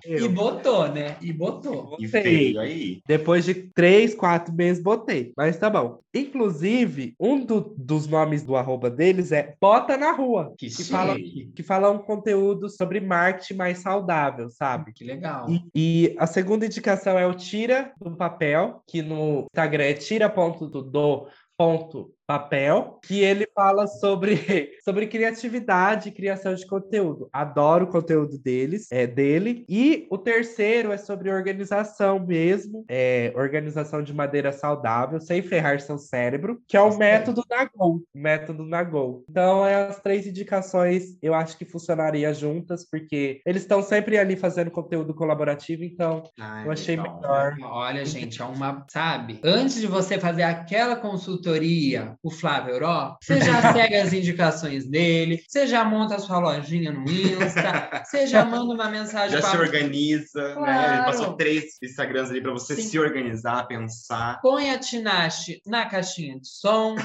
[SPEAKER 1] E botou, né? E botou.
[SPEAKER 2] e
[SPEAKER 3] Você.
[SPEAKER 2] veio aí.
[SPEAKER 3] Depois de três, quatro meses, botei. Mas tá bom. Inclusive, um do- dos nomes do arroba deles é Bota na Rua.
[SPEAKER 1] Que
[SPEAKER 3] Que fala,
[SPEAKER 1] chique.
[SPEAKER 3] que fala um conteúdo sobre marketing mais saudável, sabe?
[SPEAKER 1] Que legal.
[SPEAKER 3] E, e a segunda indicação é o Tira do Papel, que no Instagram é tira.do ponto papel, que ele fala sobre, *laughs* sobre criatividade e criação de conteúdo. Adoro o conteúdo deles, é dele. E o terceiro é sobre organização mesmo, é organização de maneira saudável, sem ferrar seu cérebro, que é o
[SPEAKER 1] Gostei.
[SPEAKER 3] método Nagol, método Nagol. Então, é as três indicações, eu acho que funcionaria juntas, porque eles estão sempre ali fazendo conteúdo colaborativo, então
[SPEAKER 2] Ai,
[SPEAKER 3] eu achei
[SPEAKER 2] Ah, legal.
[SPEAKER 3] melhor.
[SPEAKER 1] Olha, gente, é uma. Sabe? Antes de você fazer aquela consultoria, o Flávio Europa, você *laughs* já segue as indicações dele, você já monta a sua lojinha no Insta, você já manda uma mensagem
[SPEAKER 2] Já se
[SPEAKER 1] para.
[SPEAKER 2] organiza, né?
[SPEAKER 1] Claro.
[SPEAKER 2] Ele passou três Instagrams ali pra você
[SPEAKER 1] Sim.
[SPEAKER 2] se organizar, pensar.
[SPEAKER 1] Põe a Tinashe na caixinha de som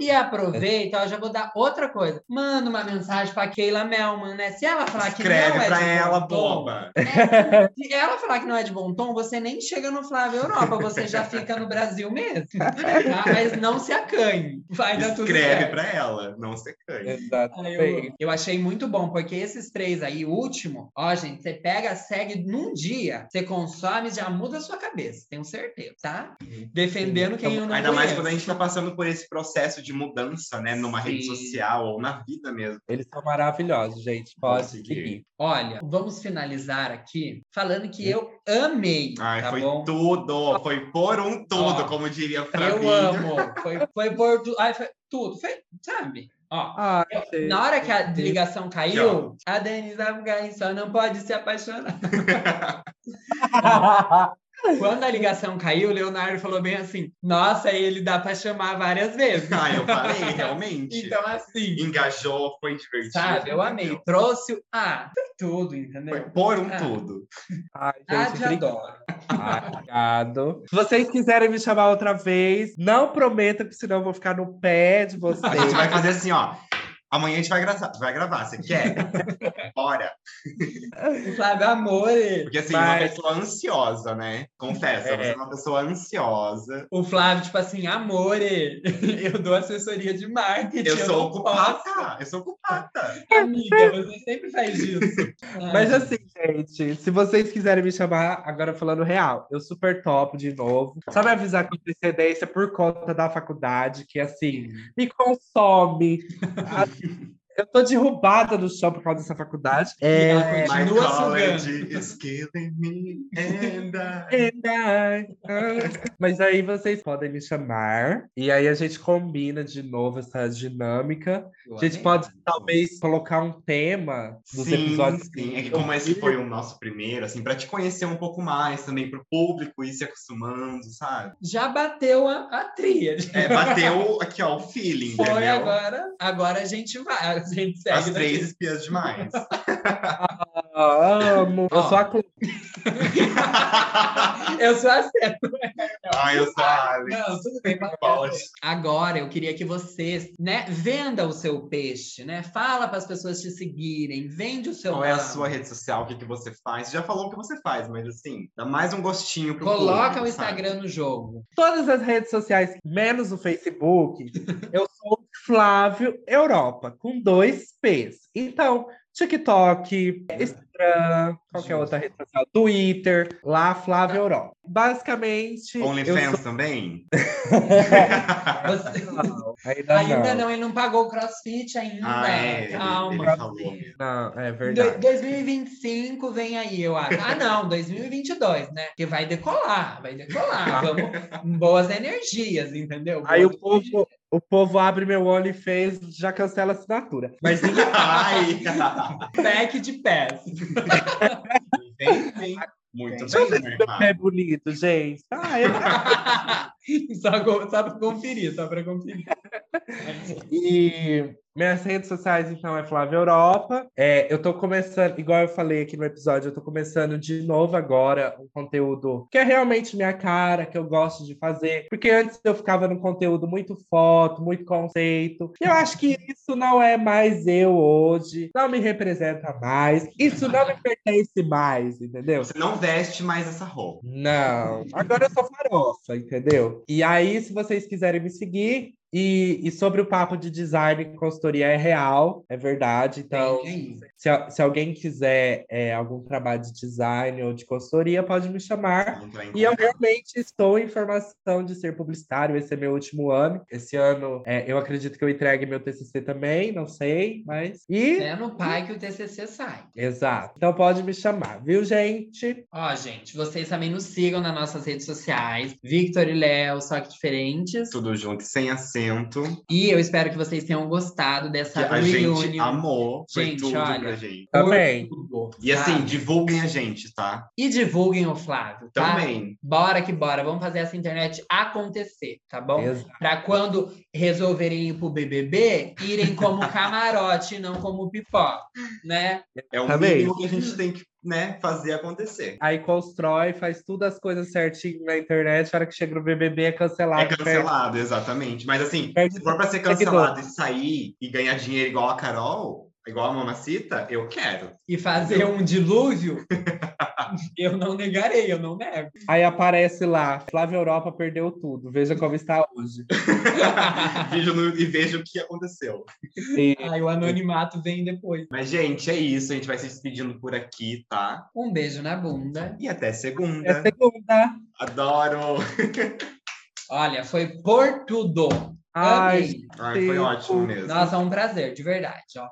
[SPEAKER 1] e aproveita. Ó, já vou dar outra coisa. Manda uma mensagem para Keila Melman, né? Se ela falar que
[SPEAKER 2] Escreve
[SPEAKER 1] não é
[SPEAKER 2] pra
[SPEAKER 1] de bom
[SPEAKER 2] ela,
[SPEAKER 1] tom,
[SPEAKER 2] boba.
[SPEAKER 1] É, se ela falar que não é de bom tom, você nem chega no Flávio Europa, você já fica no Brasil mesmo. tá? Mas não se acanhe. Vai dar tudo
[SPEAKER 2] Escreve
[SPEAKER 1] certo.
[SPEAKER 2] pra ela, não se canhe.
[SPEAKER 1] Ah,
[SPEAKER 3] Exatamente.
[SPEAKER 1] Eu, eu achei muito bom, porque esses três aí, o último, ó, gente, você pega, segue num dia, você consome, já muda a sua cabeça, tenho certeza, tá? Defendendo quem eu não
[SPEAKER 2] Uhum. Ainda mais
[SPEAKER 1] conheço.
[SPEAKER 2] quando a gente tá passando por esse processo de mudança, né? Numa rede
[SPEAKER 1] Sim.
[SPEAKER 2] social ou na vida mesmo.
[SPEAKER 3] Eles são maravilhosos, gente. Pode
[SPEAKER 2] Consegui.
[SPEAKER 3] seguir.
[SPEAKER 1] Olha, vamos finalizar aqui falando que eu amei,
[SPEAKER 2] Ai,
[SPEAKER 1] tá
[SPEAKER 2] foi
[SPEAKER 1] bom?
[SPEAKER 2] tudo, foi por um todo,
[SPEAKER 1] Ó,
[SPEAKER 2] como diria Flavinho.
[SPEAKER 1] Eu amo, foi, foi por tu- ai, foi tudo, foi, sabe? Ó,
[SPEAKER 3] Ah,
[SPEAKER 1] Na hora que a ligação caiu,
[SPEAKER 2] Tchau.
[SPEAKER 1] a Denise Afgan só não pode se
[SPEAKER 2] *laughs*
[SPEAKER 1] apaixonar. Quando a ligação caiu, o Leonardo falou bem assim: Nossa, ele dá pra chamar várias vezes.
[SPEAKER 2] Ah, eu falei, realmente.
[SPEAKER 1] Então, assim,
[SPEAKER 2] Engajou, foi divertido.
[SPEAKER 1] sabe? Eu amei. Trouxe. o- Ah, foi tudo, entendeu?
[SPEAKER 2] Foi por um
[SPEAKER 1] Ah.
[SPEAKER 2] todo.
[SPEAKER 3] *laughs* Ai,
[SPEAKER 1] Ah,
[SPEAKER 3] gente,
[SPEAKER 1] te
[SPEAKER 3] obrigado.
[SPEAKER 1] adoro.
[SPEAKER 3] Ah, obrigado. Se vocês quiserem me chamar outra vez, não prometam, que senão eu vou ficar no pé de
[SPEAKER 2] A gente
[SPEAKER 3] vocês.
[SPEAKER 2] vai fazer assim, ó. Amanhã a gente vai, graça- vai gravar, você
[SPEAKER 1] *laughs*
[SPEAKER 2] quer? Bora.
[SPEAKER 1] Sabe, amor.
[SPEAKER 2] Porque assim, uma
[SPEAKER 3] Mas-
[SPEAKER 2] pessoa ansiosa, né? Confessa,
[SPEAKER 3] É.
[SPEAKER 2] você é uma pessoa ansiosa.
[SPEAKER 1] O Flávio, tipo assim, amor, *laughs* eu dou assessoria de marketing.
[SPEAKER 2] Eu sou
[SPEAKER 1] não posso.
[SPEAKER 2] ocupada, eu sou ocupada.
[SPEAKER 1] Amiga, você sempre faz isso. Ah, Ai,
[SPEAKER 3] É, *laughs* Mas assim, gente, se vocês quiserem me chamar, agora falando real, eu super topo de novo. Só me avisar com antecedência por conta da faculdade, que assim, me
[SPEAKER 2] *laughs*
[SPEAKER 3] consome. Ah, Eu tô derrubada no chão por causa dessa faculdade.
[SPEAKER 1] E ela
[SPEAKER 2] My
[SPEAKER 1] continua sugando.
[SPEAKER 2] college is killing me and I-
[SPEAKER 3] And I- ah. *laughs* Mas aí vocês podem me chamar. E aí a gente combina de novo essa dinâmica. A *laughs* gente pode talvez colocar um tema dos
[SPEAKER 2] Sim,
[SPEAKER 3] episódios.
[SPEAKER 2] sim. É que como esse foi o nosso primeiro, assim, pra te conhecer um pouco mais também, pro público ir se acostumando, sabe?
[SPEAKER 1] Já bateu a, a tríade.
[SPEAKER 2] É, bateu aqui, ó, o feeling,
[SPEAKER 1] Foi
[SPEAKER 2] entendeu?
[SPEAKER 1] agora. Agora a gente vai. A gente segue.
[SPEAKER 2] As *laughs*
[SPEAKER 1] daqui.
[SPEAKER 2] três espias demais.
[SPEAKER 3] Ah, amo.
[SPEAKER 1] Ó.
[SPEAKER 3] Eu sou a Clu.
[SPEAKER 1] Eu sou a Seta.
[SPEAKER 2] ah, eu sou a Alex.
[SPEAKER 1] Não, tudo bem, bacana.
[SPEAKER 2] Pode.
[SPEAKER 1] Agora, eu queria que vocês, né, venda o seu peixe, né? Fala para as pessoas te seguirem, vende o seu
[SPEAKER 2] Qual é a
[SPEAKER 1] nome.
[SPEAKER 2] sua rede social? O que, que você faz? Você já falou o que você faz, mas assim, dá mais um gostinho pro
[SPEAKER 1] Coloca
[SPEAKER 2] público,
[SPEAKER 1] o
[SPEAKER 2] sabe?
[SPEAKER 1] Instagram no
[SPEAKER 2] *laughs*
[SPEAKER 1] jogo.
[SPEAKER 3] Todas as redes sociais, menos o Facebook, eu sou Flávio Europa, com dois P's. Então, TikTok, Instagram, qualquer
[SPEAKER 2] Justo.
[SPEAKER 3] outra rede social, Twitter, lá Flávio Europa. Basicamente. eu
[SPEAKER 2] OnlyFans também?
[SPEAKER 1] Você-
[SPEAKER 3] sou- Ainda,
[SPEAKER 1] Ainda
[SPEAKER 3] Ah, não.
[SPEAKER 1] não, ele não pagou o crossfit ainda.
[SPEAKER 2] ah, é. Ele, ele
[SPEAKER 1] Calma.
[SPEAKER 2] falou mesmo.
[SPEAKER 3] Não, é
[SPEAKER 1] Do-
[SPEAKER 3] verdade.
[SPEAKER 1] 2025 vem aí, eu acho. Ah, não, 2022, né? Porque vai decolar, vai
[SPEAKER 2] Ah.
[SPEAKER 1] decolar. Vamos, boas energias, entendeu?
[SPEAKER 3] Aí o
[SPEAKER 1] Boas
[SPEAKER 3] povo, o povo abre meu olho e fez, já cancela a assinatura. Mas ninguém
[SPEAKER 1] é
[SPEAKER 2] Ai. *laughs*
[SPEAKER 1] Pack de pés. *laughs*
[SPEAKER 2] Bem, bem. Muito
[SPEAKER 1] Deixa
[SPEAKER 2] bem, meu irmão.
[SPEAKER 3] é bonito, gente. Ah, é
[SPEAKER 1] só, go- só pra conferir, só pra conferir.
[SPEAKER 3] E minhas redes sociais, então, é Flávia Europa. É, eu tô começando, igual eu falei aqui no episódio, eu tô começando de novo agora um conteúdo que é realmente minha cara, que eu gosto de fazer. Porque antes eu ficava num conteúdo muito foto, muito conceito. E eu acho que isso não é mais eu hoje, não me representa mais, isso não me pertence mais, entendeu?
[SPEAKER 2] Você não veste mais essa roupa.
[SPEAKER 3] Não, agora eu sou farofa, entendeu? E aí, se vocês quiserem me seguir, e, e sobre o papo de design e consultoria é real, é verdade. Então,
[SPEAKER 1] É isso.
[SPEAKER 3] se, a- se alguém quiser é, algum trabalho de design ou de consultoria, pode me chamar.
[SPEAKER 2] Entrar em
[SPEAKER 3] E
[SPEAKER 1] é um
[SPEAKER 3] eu realmente estou em formação de ser publicitário, esse é meu último ano. Esse ano, é, eu acredito que eu entregue meu TCC também, não sei, mas. E.
[SPEAKER 1] É no pai que o TCC sai.
[SPEAKER 3] Exato. Então pode me chamar, viu, gente?
[SPEAKER 1] Ó, gente, vocês também nos sigam nas nossas redes sociais. Victor e Léo, só que diferentes.
[SPEAKER 2] tudo junto, sem acento.
[SPEAKER 1] E eu espero que vocês tenham gostado
[SPEAKER 2] Que
[SPEAKER 1] dessa
[SPEAKER 2] a
[SPEAKER 1] reunião.
[SPEAKER 2] gente amou. Foi
[SPEAKER 1] Gente,
[SPEAKER 2] tudo
[SPEAKER 1] olha.
[SPEAKER 2] pra gente.
[SPEAKER 3] Também.
[SPEAKER 2] E assim, divulguem a gente, tá?
[SPEAKER 1] E divulguem o Flávio, tá?
[SPEAKER 2] Também.
[SPEAKER 1] Bora que bora, vamos fazer essa internet acontecer, tá bom?
[SPEAKER 3] Exato.
[SPEAKER 1] Pra quando resolverem ir pro BBB, irem como camarote, e não como pipó, né?
[SPEAKER 2] É o
[SPEAKER 3] Também.
[SPEAKER 2] mínimo que a gente tem que né, fazer acontecer.
[SPEAKER 3] Aí constrói, faz tudo as coisas certinho na internet, a hora que chega no BBB é cancelado.
[SPEAKER 2] É cancelado, exatamente. Mas assim,
[SPEAKER 3] Perde-
[SPEAKER 2] se for pra ser
[SPEAKER 3] Seguidor.
[SPEAKER 2] cancelado e sair e ganhar dinheiro igual a Carol, igual a Mamacita, eu
[SPEAKER 1] *laughs*
[SPEAKER 2] quero.
[SPEAKER 1] E fazer um dilúvio, eu não negarei, eu não nego.
[SPEAKER 3] Aí aparece lá, Flávia Europa perdeu tudo, veja como está hoje.
[SPEAKER 2] Vejo no- e vejo o que aconteceu.
[SPEAKER 3] E
[SPEAKER 1] Aí o anonimato vem depois.
[SPEAKER 2] Mas, gente, é isso. A gente vai se despedindo por aqui, tá?
[SPEAKER 1] Um beijo na bunda.
[SPEAKER 2] E até
[SPEAKER 3] é
[SPEAKER 2] segunda.
[SPEAKER 3] segunda.
[SPEAKER 2] Adoro!
[SPEAKER 1] Olha, foi por tudo.
[SPEAKER 3] Ai,
[SPEAKER 1] Amei.
[SPEAKER 2] Ai, foi
[SPEAKER 3] Sim.
[SPEAKER 2] ótimo mesmo.
[SPEAKER 1] Nossa, um prazer, de verdade, ó.